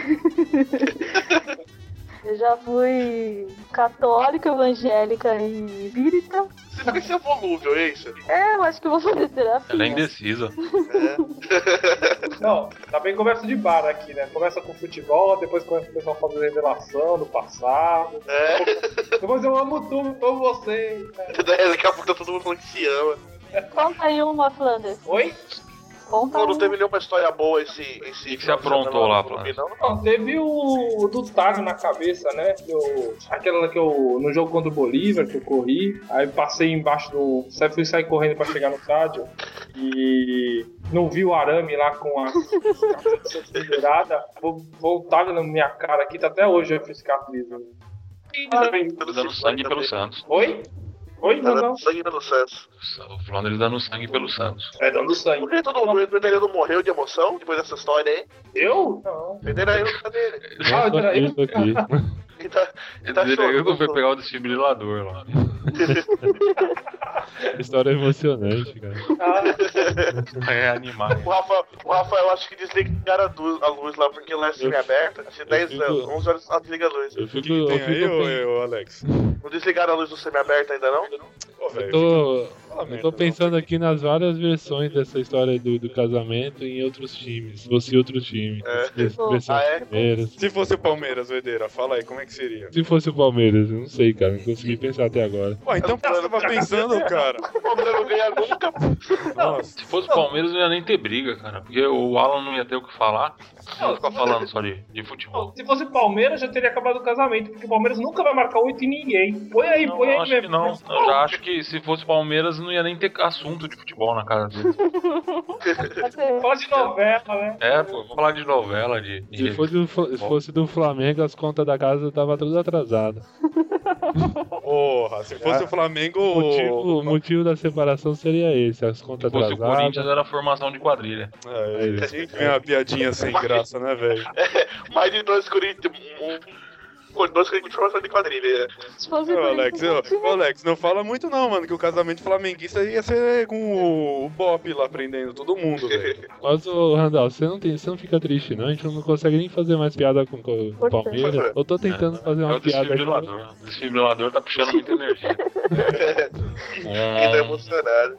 eu já fui católica, evangélica e espírita. Você fica esse volúvel, é isso? É, eu acho que eu vou fazer terapia. Ela é indecisa. É. Não, tá bem conversa de bar aqui, né? Começa com futebol, depois começa o pessoal fazendo revelação do passado. é. Depois eu amo tudo, amo você. Daqui a pouco tá todo mundo falando que se ama. Conta aí uma, Flanders. Oi? Conta Não, uma. não teve nenhuma história boa esse. esse que você aprontou lá, Flávio? Não, não. Não, teve o do Tago na cabeça, né? Eu, aquela que eu, no jogo contra o Bolívar, que eu corri, aí passei embaixo do... Sai, fui sair correndo pra chegar no estádio e não vi o arame lá com a liberada. Vou voltar na minha cara aqui, tá até hoje eu fiz né? capricho. Ah, Tá dando sangue pelo Santos. Oi? Oi, Tá não, não. dando sangue pelo Santos. O Flanders dando sangue pelo Santos. É dando sangue. Por que todo mundo, o Pedreiro morreu de emoção depois dessa história aí? Eu? Não. Pedreiro, cadê ele? Ah, Só peraí. isso aqui. Ele tá, ele Ele tá eu foi chorando. pegar o desfibrilador lá. História emocionante, cara. Ah, É animado. O Rafa, o Rafa, eu acho que desligaram a luz, a luz lá porque lá é semi-aberta. Tinha 10 fico- anos, 11 horas, ela desliga a luz. Eu O que, fico. que eu tem aí, fico ô, pen- ô, Alex? Não desligaram a luz do semi-aberto ainda não? Ô, velho, eu tô- fala Eu merda, tô um não. pensando aqui nas várias versões dessa história do, do casamento em outros times. Se fosse outro time. É. Se fosse versão Ah, é? Palmeiras. Se fosse o Palmeiras, Vedeira, fala aí, como é que seria? Se fosse o Palmeiras, eu não sei, cara. Não consegui pensar até agora. Ué, então por que você tava pensando, cara? O Palmeiras não ganha nunca. Nossa. Se fosse o Palmeiras, não ia nem ter briga, cara. Porque o Alan não ia ter o que falar. Não ficar falando só de, de futebol. Se fosse Palmeiras, já teria acabado o casamento, porque o Palmeiras nunca vai marcar oito em ninguém. Põe aí, Não, põe aí eu acho que não. mesmo. Eu já acho que se fosse o Palmeiras, não ia nem ter assunto de futebol na cara dele. Você- Fala de novela, né? É, pô, vamos falar de novela, de. de... Se fosse, o Fla- se fosse do Flamengo, as contas da casa tava tudo atrasada. Porra, se fosse o Flamengo. É. O motivo, o motivo da separação seria esse: as Se contas fosse o Corinthians, atrasadas. era a formação de quadrilha. É, ele tinha que ganhar uma piadinha sem graça, né, velho? Mais de dois Corinthians. Um, Por dois que a gente chama de quadrilha. Se fosse Ô, por Alex, isso, ô, ô, Alex, não fala muito não, mano, que o casamento flamenguista ia ser com o Bop lá prendendo todo mundo, velho. Mas, ô, Randall, você não, tem, você não fica triste, não? A gente não consegue nem fazer mais piada com com o Palmeiras. Eu tô tentando fazer É Tá uma o piada aqui. desfibrilador. O desfibrilador tá puxando muita energia. Ainda emocionado.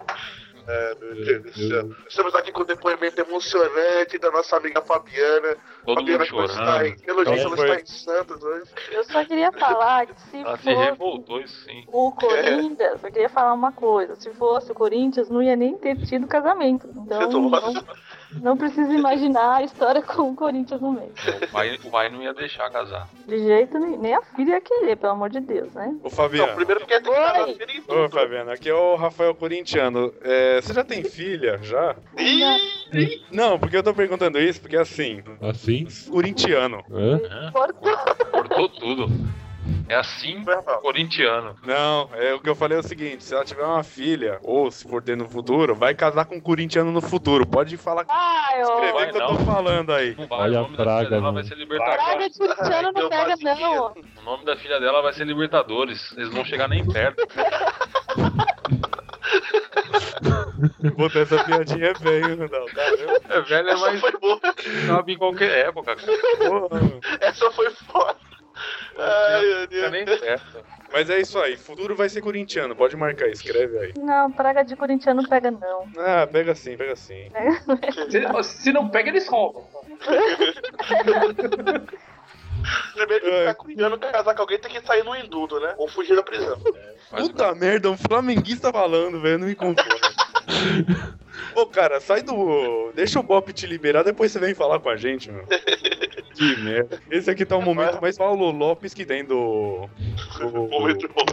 É, meu Deus do céu. Eu- Estamos aqui com o depoimento emocionante da nossa amiga Fabiana. É, Todo mundo Fabiana, que está em, chorando. pelo jeito, ela foi- está em Santos hoje. Eu só queria falar que se Ela Ah, se fosse revoltou, isso sim. o Corinthians, eu queria falar uma coisa, se fosse o Corinthians, não ia nem ter tido casamento. Então, não, não precisa imaginar a história com o Corinthians no meio. O pai, o pai não ia deixar casar. De jeito nenhum, nem a filha ia querer, pelo amor de Deus, né? Ô, Não, Fabiano. primeiro porque é tem que estar Oi. na Ô, Fabiano, aqui é o Rafael Corintiano. É, você já tem filha, já? Não, porque eu tô perguntando isso, porque assim, Assim? corintiano. Hã? Porta- Cortou tudo. É assim, corintiano. Não, é o que eu falei é o seguinte, se ela tiver uma filha, ou se for ter no futuro, vai casar com um corintiano no futuro. Pode falar, Ai, escrever ó. vai que eu tô não. falando aí. Não vai, Olha o a nome praga, né? da filha dela mano. vai ser Praga Libertadores. de corintiano Ai, não meu pega, Deus. não. ó. O nome da filha dela vai ser Libertadores. Eles vão chegar nem perto. Botar essa piadinha é bem, Randall. Caramba, É velho, é Essa mais foi boa. sabe em qualquer época, cara. porra. Essa foi foda. Ai, meu Não chega Deus. nem perto. Mas é isso aí, futuro vai ser corintiano, pode marcar, escreve aí. Não, praga de corintiano pega, não. Ah, pega sim, pega sim. Se, se não pega, eles roubam. Primeiro que Ai. tá cuidando que casar com alguém tem que sair no indudo, né? Ou fugir da prisão. Mas- Puta merda, um flamenguista falando, velho, não me né? conformo. Ô, cara, sai do. Deixa o Bop te liberar, depois você vem falar com a gente, meu. Que merda. Esse aqui tá o momento mais Paulo Lopes que tem do. do- Muito bom.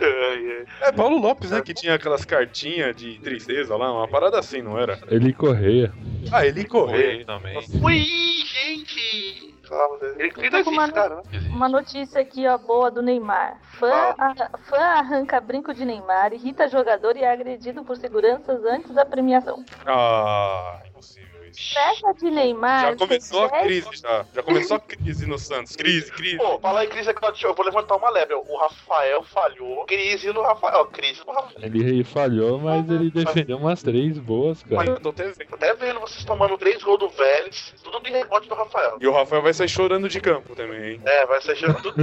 Ai, ai. É, Paulo Lopes, né? Que tinha aquelas cartinhas de tristeza lá, uma parada assim, não era? Ele correia. Ah, ele correu. Correio também. Ui, gente! Calma, ele ainda Tô tá com uma- existe, cara. né? Uma notícia aqui, ó, boa do Neymar. Fã, a- fã arranca brinco de Neymar, irrita jogador e é agredido por seguranças antes da premiação. Ah, impossível isso. Festa de Neymar. Já começou a tem dez- crise, já. Já começou a crise no Santos. Crise, crise. Pô, falar em crise agora, deixa é eu eu vou levantar uma leve. O Rafael falhou. Crise no Rafael. Crise no Rafael. Ele falhou, mas ele defendeu umas três boas, Mas cara. eu tô até vendo. Tô Até vendo vocês tomando três gols do Vélez, tudo de rebote do Rafael. E o Rafael vai sair chorando de campo também, hein? É, vai ser cheio tudo.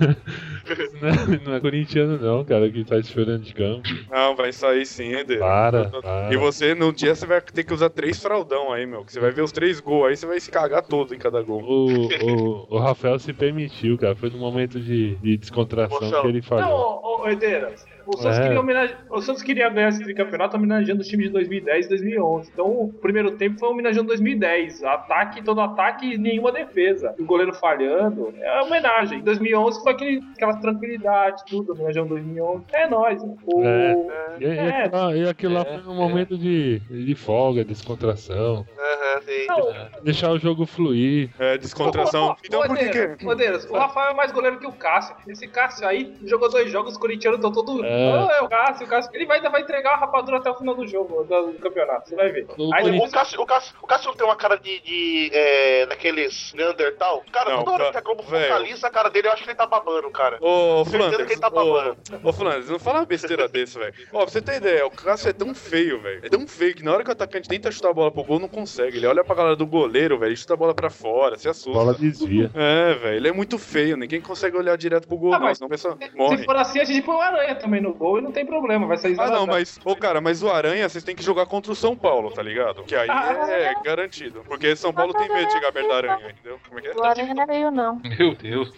Não é, não é corintiano, não, cara, que tá chorando de campo. Não, vai sair sim, Eder. Para, para. E você, no dia, você vai ter que usar três fraldão aí, meu. Que você vai ver os três gols aí, você vai se cagar todo em cada gol. O, o, o Rafael se permitiu, cara. Foi no momento de, de descontração Emoção. que ele Não, falhou. ô, ô, Herdeira, o Santos, É. queria homenage- o Santos queria ganhar esse campeonato homenageando os times de 2010 e 2011. Então, o primeiro tempo foi homenageando 2010. Ataque, todo ataque e nenhuma defesa. O goleiro falhando. É homenagem. 2011 foi aquele, aquela tranquilidade, tudo. Homenageando 2011. É nóis. né? O, É. é. E, e aquilo lá, e aquilo lá foi um momento de, de folga, descontração. Aham, sim. Não, Deixar o jogo fluir. É, descontração. Então por que Odeiras, que... Odeiras, o Rafael é mais goleiro que o Cássio. Esse Cássio aí jogou dois jogos, os corintianos estão todo. É. Ah, é o Cássio, o Cássio. Ele vai, ainda vai entregar a rapadura até o final do jogo, do, do campeonato. Você vai ver. O Aí Corinthians- O Cássio, o, Cássio, o Cássio tem uma cara de. de é, daqueles Neandertal. Cara, Não, toda hora tá- que a Globo velho. focaliza a cara dele, eu acho que ele tá babando, cara. Ô, Certeza que Flanders, ele tá babando. ô, ô, Flanders, não fala uma besteira desse, velho. Ó, pra você ter ideia, o Cássio é tão feio, velho. É tão feio que na hora que o atacante tenta chutar a bola pro gol, não consegue. Ele olha pra galera do goleiro, velho, e chuta a bola pra fora, se assusta. Bola desvia. É, velho, ele é muito feio. Ninguém consegue olhar direto pro gol, Ah, não, mas- senão a pessoa Se morre. for assim, a gente põe o Aranha também no gol e não tem problema, vai sair Ah, zero a não, zero. mas, ô, cara, mas o Aranha vocês têm que jogar contra o São Paulo, tá ligado? Que aí Ah, é garantido. Porque São Paulo tem medo de chegar perto da Aranha, entendeu? Como é que é? O Aranha não é meio, não. Meu Deus.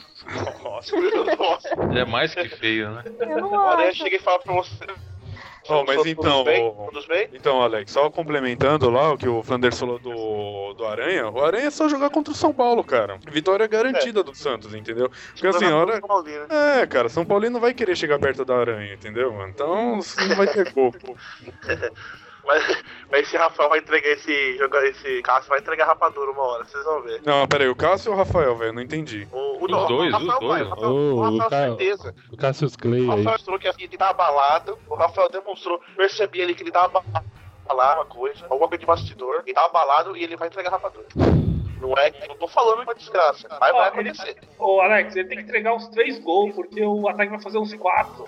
Nossa, nossa. Ele é mais que feio, né? Eu não Agora é eu acho. cheguei e falar pra você. Ó, mas Todos então, bem? ô- Todos bem? Então, Alex, só complementando lá o que o Flanders falou do, do Aranha, o Aranha é só jogar contra o São Paulo, cara. Vitória é garantida do Santos, entendeu? Porque assim, a hora. né? É, cara, São Paulo não vai querer chegar perto da Aranha, entendeu, mano? Então não vai ter gol. Mas, mas esse Rafael vai entregar esse. joga- Esse Cássio vai entregar a rapadura uma hora, vocês vão ver. Não, peraí, o Cássio ou o Rafael, velho? Não entendi. O, o, Os dois, o Rafael os vai, dois. o Rafael, Ô, o Rafael, o cara- certeza. O Cassius Clay O aí. Rafael mostrou que ele tá abalado. O Rafael demonstrou, percebi ele que ele tá abalado. Falar uma coisa, alguma coisa de bastidor, ele tá abalado e ele vai entregar a rapadura. Não é que eu tô falando uma desgraça, mas vai Ó, ele- acontecer. Ô, Alex, ele tem que entregar uns três gols, porque o ataque vai fazer uns quatro.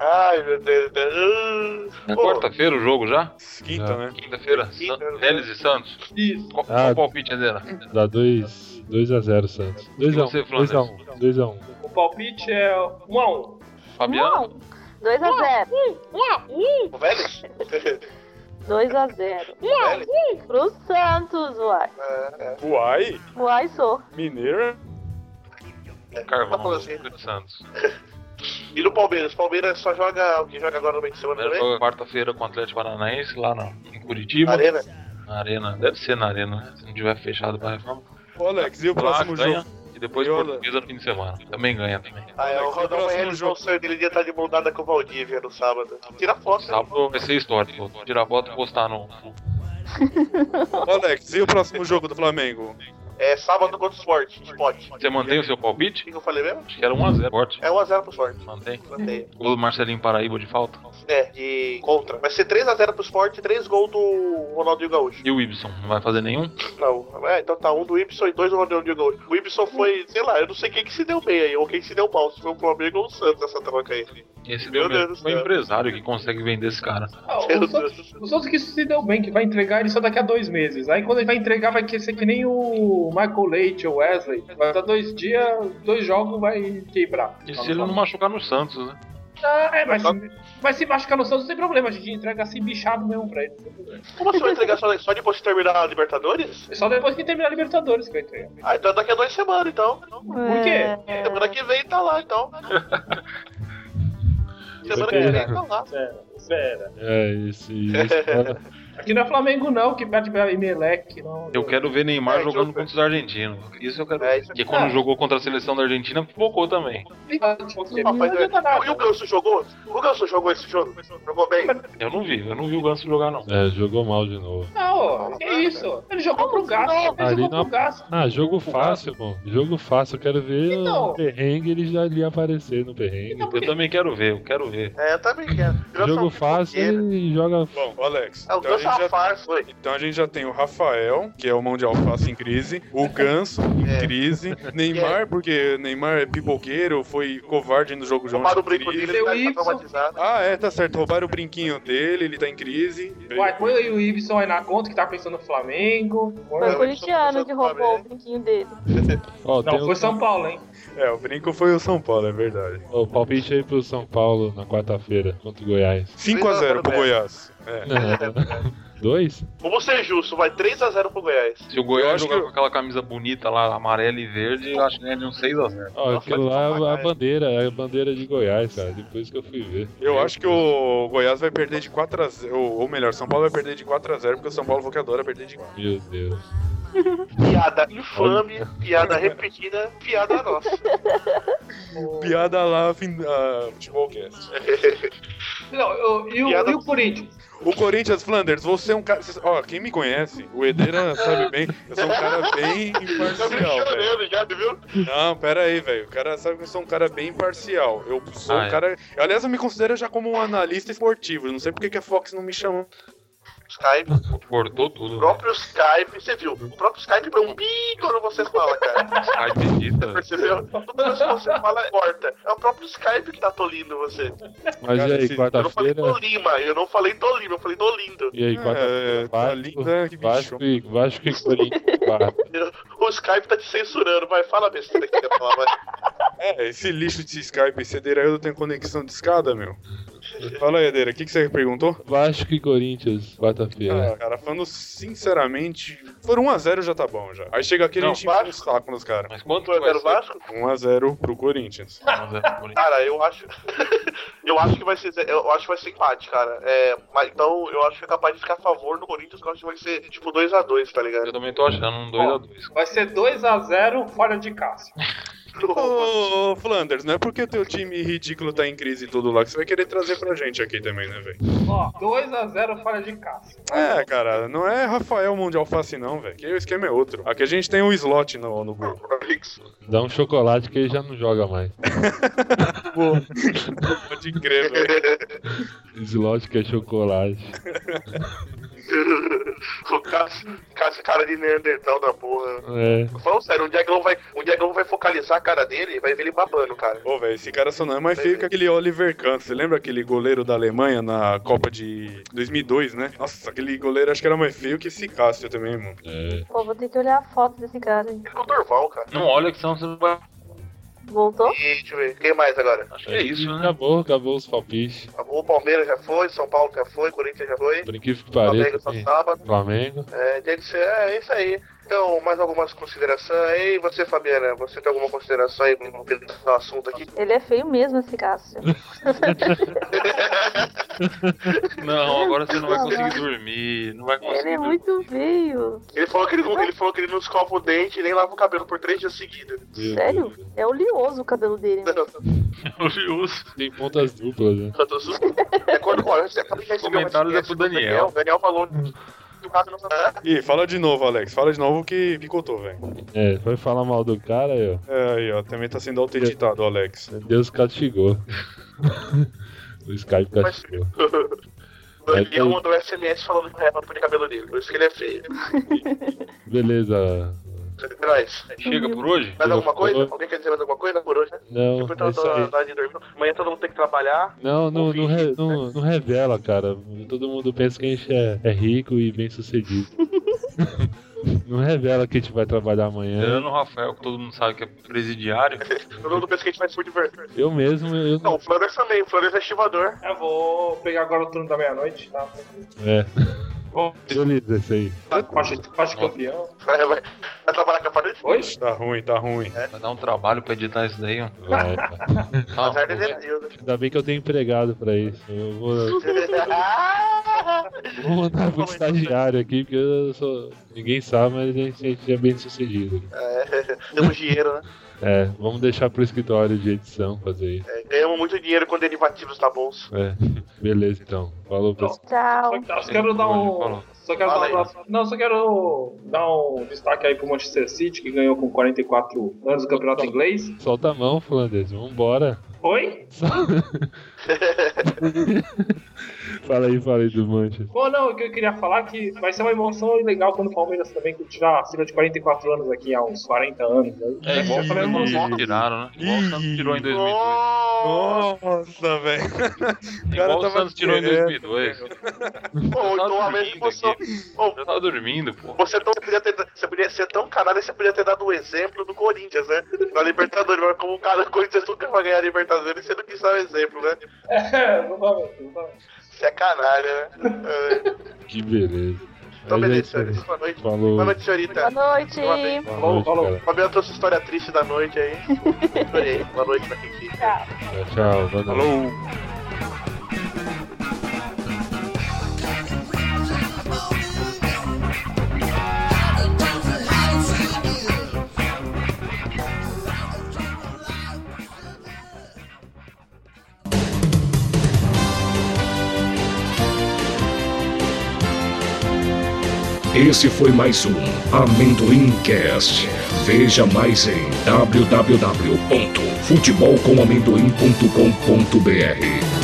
Ai, meu Deus. Deus. É Pô, Quarta-feira o jogo já? Quinta, né? Quinta-feira. Quinta, San- né? Vélez e Santos. Isso. Qual, Ah. qual o palpite, Adena? Dá 2 2 a 0 Santos. 2 a 1. você, 2 a 1. 2 a 1. O palpite é um a um. Fabiano? 2x0. o Vélez? 2x0. Pro Santos, uai. é, Uai, Uai, sou. Mineira. Tá Carvão, falando do assim. Espírito Santos. E no Palmeiras? O Palmeiras só joga o que joga agora no meio de semana Primeiro também? jogo é quarta-feira com o Atlético Paranaense, lá na, em Curitiba. Arena? Na arena. Deve ser na arena, né? Se não tiver fechado pra reforma. Ô, Alex, e o Lá próximo ganha. jogo? E depois E olha- Portuguesa no fim de semana. Também ganha também. Ah, é, o Alex, e o Rodão vai próximo realizar jogo? o sonho dele de estar de bondada com o Valdívia no sábado. Tira foto. Sábado vai ser histórico. Vou tirar a foto e postar no. no- Ô, Alex, e o próximo jogo do Flamengo? É sábado contra o Sport. Sport. Você mantém o seu palpite? O que eu falei mesmo? Acho que era 1x0. Forte. É 1x0 pro Sport. Mantém. Mantém. Gol do Marcelinho Paraíba de falta. É, de contra. Vai ser 3x0 pro Sport e 3 gols do Ronaldinho Gaúcho. E o Ibson? Não vai fazer nenhum? Não, é, então tá um do Ibson e dois do Ronaldinho Gaúcho. O Ibson foi, sei lá, eu não sei quem que se deu bem aí, ou quem se deu mal, se foi o Flamengo ou o Santos essa troca aí. Esse Meu deu mesmo. Deus do Foi céu. empresário que consegue vender esse cara. Ah, o Meu Santos- Deus. O Santos que se deu bem, que vai entregar ele só daqui a dois meses. Aí quando ele vai entregar, vai ser que nem o Michael Leite ou Wesley. Vai dar dois dias, dois jogos, vai quebrar. E se ele não machucar no Santos, né? Ah, é, mas, mas se machucar no Santos, não tem problema. A gente entrega assim bichado mesmo pra ele. Como você vai entregar só, é só depois de terminar a Libertadores? É só depois que terminar a Libertadores que vai entregar. Ah, então daqui a duas semanas, então. Por quê? É. Semana que vem tá lá, então. Semana que vem tá lá. Espera, espera. É, isso. e espera- Aqui não é Flamengo, não, que perde pra Emelec. Não. Eu quero ver Neymar É, jogando então, contra os argentinos. Isso eu quero É, ver. isso- Porque quando Ah. jogou contra a seleção da Argentina, pipocou também. Ah, um Não, mas, adianta é, nada. e o Ganso jogou? O Ganso jogou esse jogo? Jogou bem? Eu não vi, eu não vi o Ganso jogar, não. é, jogou mal de novo. Não, que isso? Ele jogou pro gasto. Ele Ali jogou não- pro é- gasto. Ah, jogo fácil, pô. Jogo fácil. Eu quero ver Então. o perrengue ele já ali aparecer no perrengue. Eu também quero ver, eu quero ver. É, eu também quero. Ganso é um Jogo fácil pipoqueiro. ele joga. Bom, ô, Alex, É, o então a Ganso é uma gente já farsa, ué. Então a gente já tem o Rafael, que é o mão de alface em crise, o Ganso em É. crise, Neymar, porque Neymar é pipoqueiro, foi covarde no jogo de ontem. Roubaram o em brinco crise. dele, ele tá Seu Y. traumatizado. Ah, é, tá certo, roubaram o brinquinho dele, ele tá em crise. Uai, põe aí o Ibson aí na conta que tá pensando no Flamengo. Foi o Não, corintiano que roubou né? o brinquinho dele. Ó, Não, tem um foi o, São Paulo, hein? É, o brinco foi o São Paulo, é verdade. o palpite aí pro São Paulo na quarta-feira contra o Goiás. 5x0 né? pro Goiás. É. Dois? Vamos ser justos, vai 3x0 pro Goiás. Se o Eu Goiás acho jogar que eu- com aquela camisa bonita lá, amarela e verde, eu acho que ganha de um uns 6x0. Ó, Nossa, aquilo vai lá tomar, é a cara. bandeira, é a bandeira de Goiás, cara. Depois que eu fui ver. Eu acho que o Goiás vai perder de 4x0, ou, ou melhor, São Paulo vai perder de 4x0, porque o São Paulo foi que adora perder de 4. Meu Deus. Piada infame, piada repetida, piada nossa. Piada lá, fim, ah, futebolcast. Não, eu- e, o, Piada- e o Corinthians? O Corinthians Flanders, você é um cara. cê- Ó, quem me conhece, o Edera sabe bem, eu sou um cara bem imparcial, velho. Tá já, viu? Não, pera aí, velho. O cara sabe que eu sou um cara bem imparcial. Eu sou Ah, um é. cara. Aliás, eu me considero já como um analista esportivo. Eu Não sei porque que a Fox não me chamou. Skype, o Cortou tudo. né? próprio Skype, você viu? O próprio Skype é um bi quando você fala, cara. Sai bendita. Percebeu? Tudo que você fala corta. É o próprio Skype que tá tolindo você. Mas Cara, e aí, Eu esse- não falei quarta-feira? Tolima, eu não falei Tolima, eu falei Tolindo. E aí, quarta-feira? É, tá Vasco, linda, que bicho. Vasco, e, Vasco e Corinthians. quarta. O Skype tá te censurando, vai, fala a besteira que você quer falar, vai. É, esse lixo de Skype, esse Edera eu tenho conexão de escada, meu. Fala aí, Edera, o que, que você perguntou? Vasco e Corinthians, quarta-feira. Ah, cara, falando sinceramente, por 1x0 já tá bom já. Aí chega aqui a Não, gente enche o saco nos caras. Mas quanto vai 2 ser? o Vasco? 1x0 pro Corinthians. 1x0 pro Corinthians. Cara, eu acho. eu acho que vai ser. Eu acho que vai ser empate, cara. É, mas então eu acho que é capaz de ficar a favor do Corinthians, que eu acho que vai ser tipo 2x2, tá Eu ligado? também tô achando um 2x2. Vai ser 2x0 fora de casa. Ô, Flanders, não é porque o teu time ridículo tá em crise e tudo lá que você vai querer trazer pra gente aqui também, né, velho? Ó, 2x0 fora de casa. É, cara, não é Rafael Mão de Alface, não, velho. Que o esquema é outro. Aqui a gente tem um slot no, no grupo. É. Dá um chocolate que ele já não joga mais. Pode crer, velho. Slot que é chocolate. Colocar colocar esse cara de Neandertal da porra. É. Falando sério, um Diaglão vai, um Diaglão vai focalizar a cara dele e vai ver ele babando, cara. Ô, velho, esse cara só não é mais feio que aquele Oliver Kahn. Você lembra aquele goleiro da Alemanha na Copa de 2002, né? Nossa, aquele goleiro acho que era mais feio que esse Cássio também, mano. Pô, vou ter que olhar a foto desse cara. hein? Ele com o Dorval, cara. Não olha que senão você não vai. Voltou? E deixa eu ver, quem mais agora? Acho que é isso, né? Acabou, acabou os palpites. O Palmeiras já foi, São Paulo já foi, Corinthians já foi. Por incrível que Flamengo pareça. só tem tá- sábado. Flamengo. É, tem que ser, é, é isso aí. Então, mais algumas considerações aí? Você, Fabiana, você tem alguma consideração aí com relação ao assunto aqui? Ele é feio mesmo, esse Cássio. Não, agora você não vai conseguir dormir. Não vai conseguir. Ele é dormir. muito feio. Ele falou que ele, não- ele falou que ele não escova o dente e nem lava o cabelo por três dias seguidos. Meu Sério? Deus. É oleoso o cabelo dele. né? Curioso. Tem pontas duplas, né? Eu tô su- É quando olha, você acaba de receber uma Comentários é SMS pro do Daniel. O Daniel falou que o cara não tá. Ih, fala de novo, Alex. Fala de novo que picotou, velho. É, foi falar mal do cara aí, ó. É, aí, ó. Também tá sendo autoeditado, Alex. Deus castigou. o Skype castigou. O Daniel Mas- mandou SMS falando que é era por cabelo dele. Por isso que ele é feio. Beleza. Nós. Chega por hoje? Mais alguma coisa? Alguém quer dizer mais alguma coisa por hoje, né? é Não, Depois tá é isso na aí. hora de dormir. Amanhã todo mundo tem que trabalhar. Não, não, não, re- Ouvinte, né? não, não revela, cara. Todo mundo pensa que a gente é, é rico e bem sucedido. não revela que a gente vai trabalhar amanhã. Tirando o Rafael, que todo mundo sabe que é presidiário. Todo mundo pensa que a gente vai se divertir. Eu mesmo, eu Não, não. o Flanders também. O Flanders é estivador. Eu vou pegar agora o turno da meia-noite, tá? É, Vou beleza, isso aí. faixa, faixa de campeão. Vai, vai, vai trabalhar com a parede? Oi? Tá ruim, tá ruim. Vai dar um trabalho pra editar isso daí, ó. Vai, cara. Tá, Azar do vou- Denildo. Ainda bem que eu tenho empregado pra isso. Eu vou, vou mandar pro estagiário aqui, porque eu sou. Ninguém sabe, mas a gente é bem sucedido. É, Temos dinheiro, né? É, vamos deixar pro escritório de edição fazer isso. É, Ganhamos muito dinheiro com derivativos na bolsa. É, beleza então. Falou pessoal. Tchau. Só, só quero dar um. Só quero Fala dar aí. um não, só quero dar um destaque aí pro Manchester City, que ganhou com 44 anos o campeonato inglês. Solta a mão, Flanders. Vambora. Oi? Fala aí, fala aí do Manchester. Bom, não, o que eu queria falar é que vai ser uma emoção legal quando o Palmeiras também tirar acima de 44 anos aqui, há uns 40 anos. né? É igual o Essa mesma emoção. Santos tiraram, né? Igual o Santos tirou em 2002. Nossa! Nossa, velho. Igual o tava Santos tirou em querendo. 2002. Ou então a mesma dormindo emoção. aqui. Ô, Eu tava dormindo, pô. Você tão, podia ter, você podia ser tão caralho, você podia ter dado o exemplo do Corinthians, né? Na Libertadores, mas como o cara do Corinthians nunca vai ganhar a Libertadores, você não quis dar o exemplo, né? É, exatamente, exatamente. Você é canalha, né? É, Que beleza. Então, Mas é beleza, isso aí. senhores. Boa noite. Falou. Boa noite, senhorita. Boa noite. Boa noite. Boa Falou, noite, falou. cara. Fabiano trouxe história triste da noite aí. Adorei. Boa noite pra quem quis. Tchau. Boa noite. Falou. Esse foi mais um Amendoimcast. Veja mais em www.futebolcomamendoim.com.br.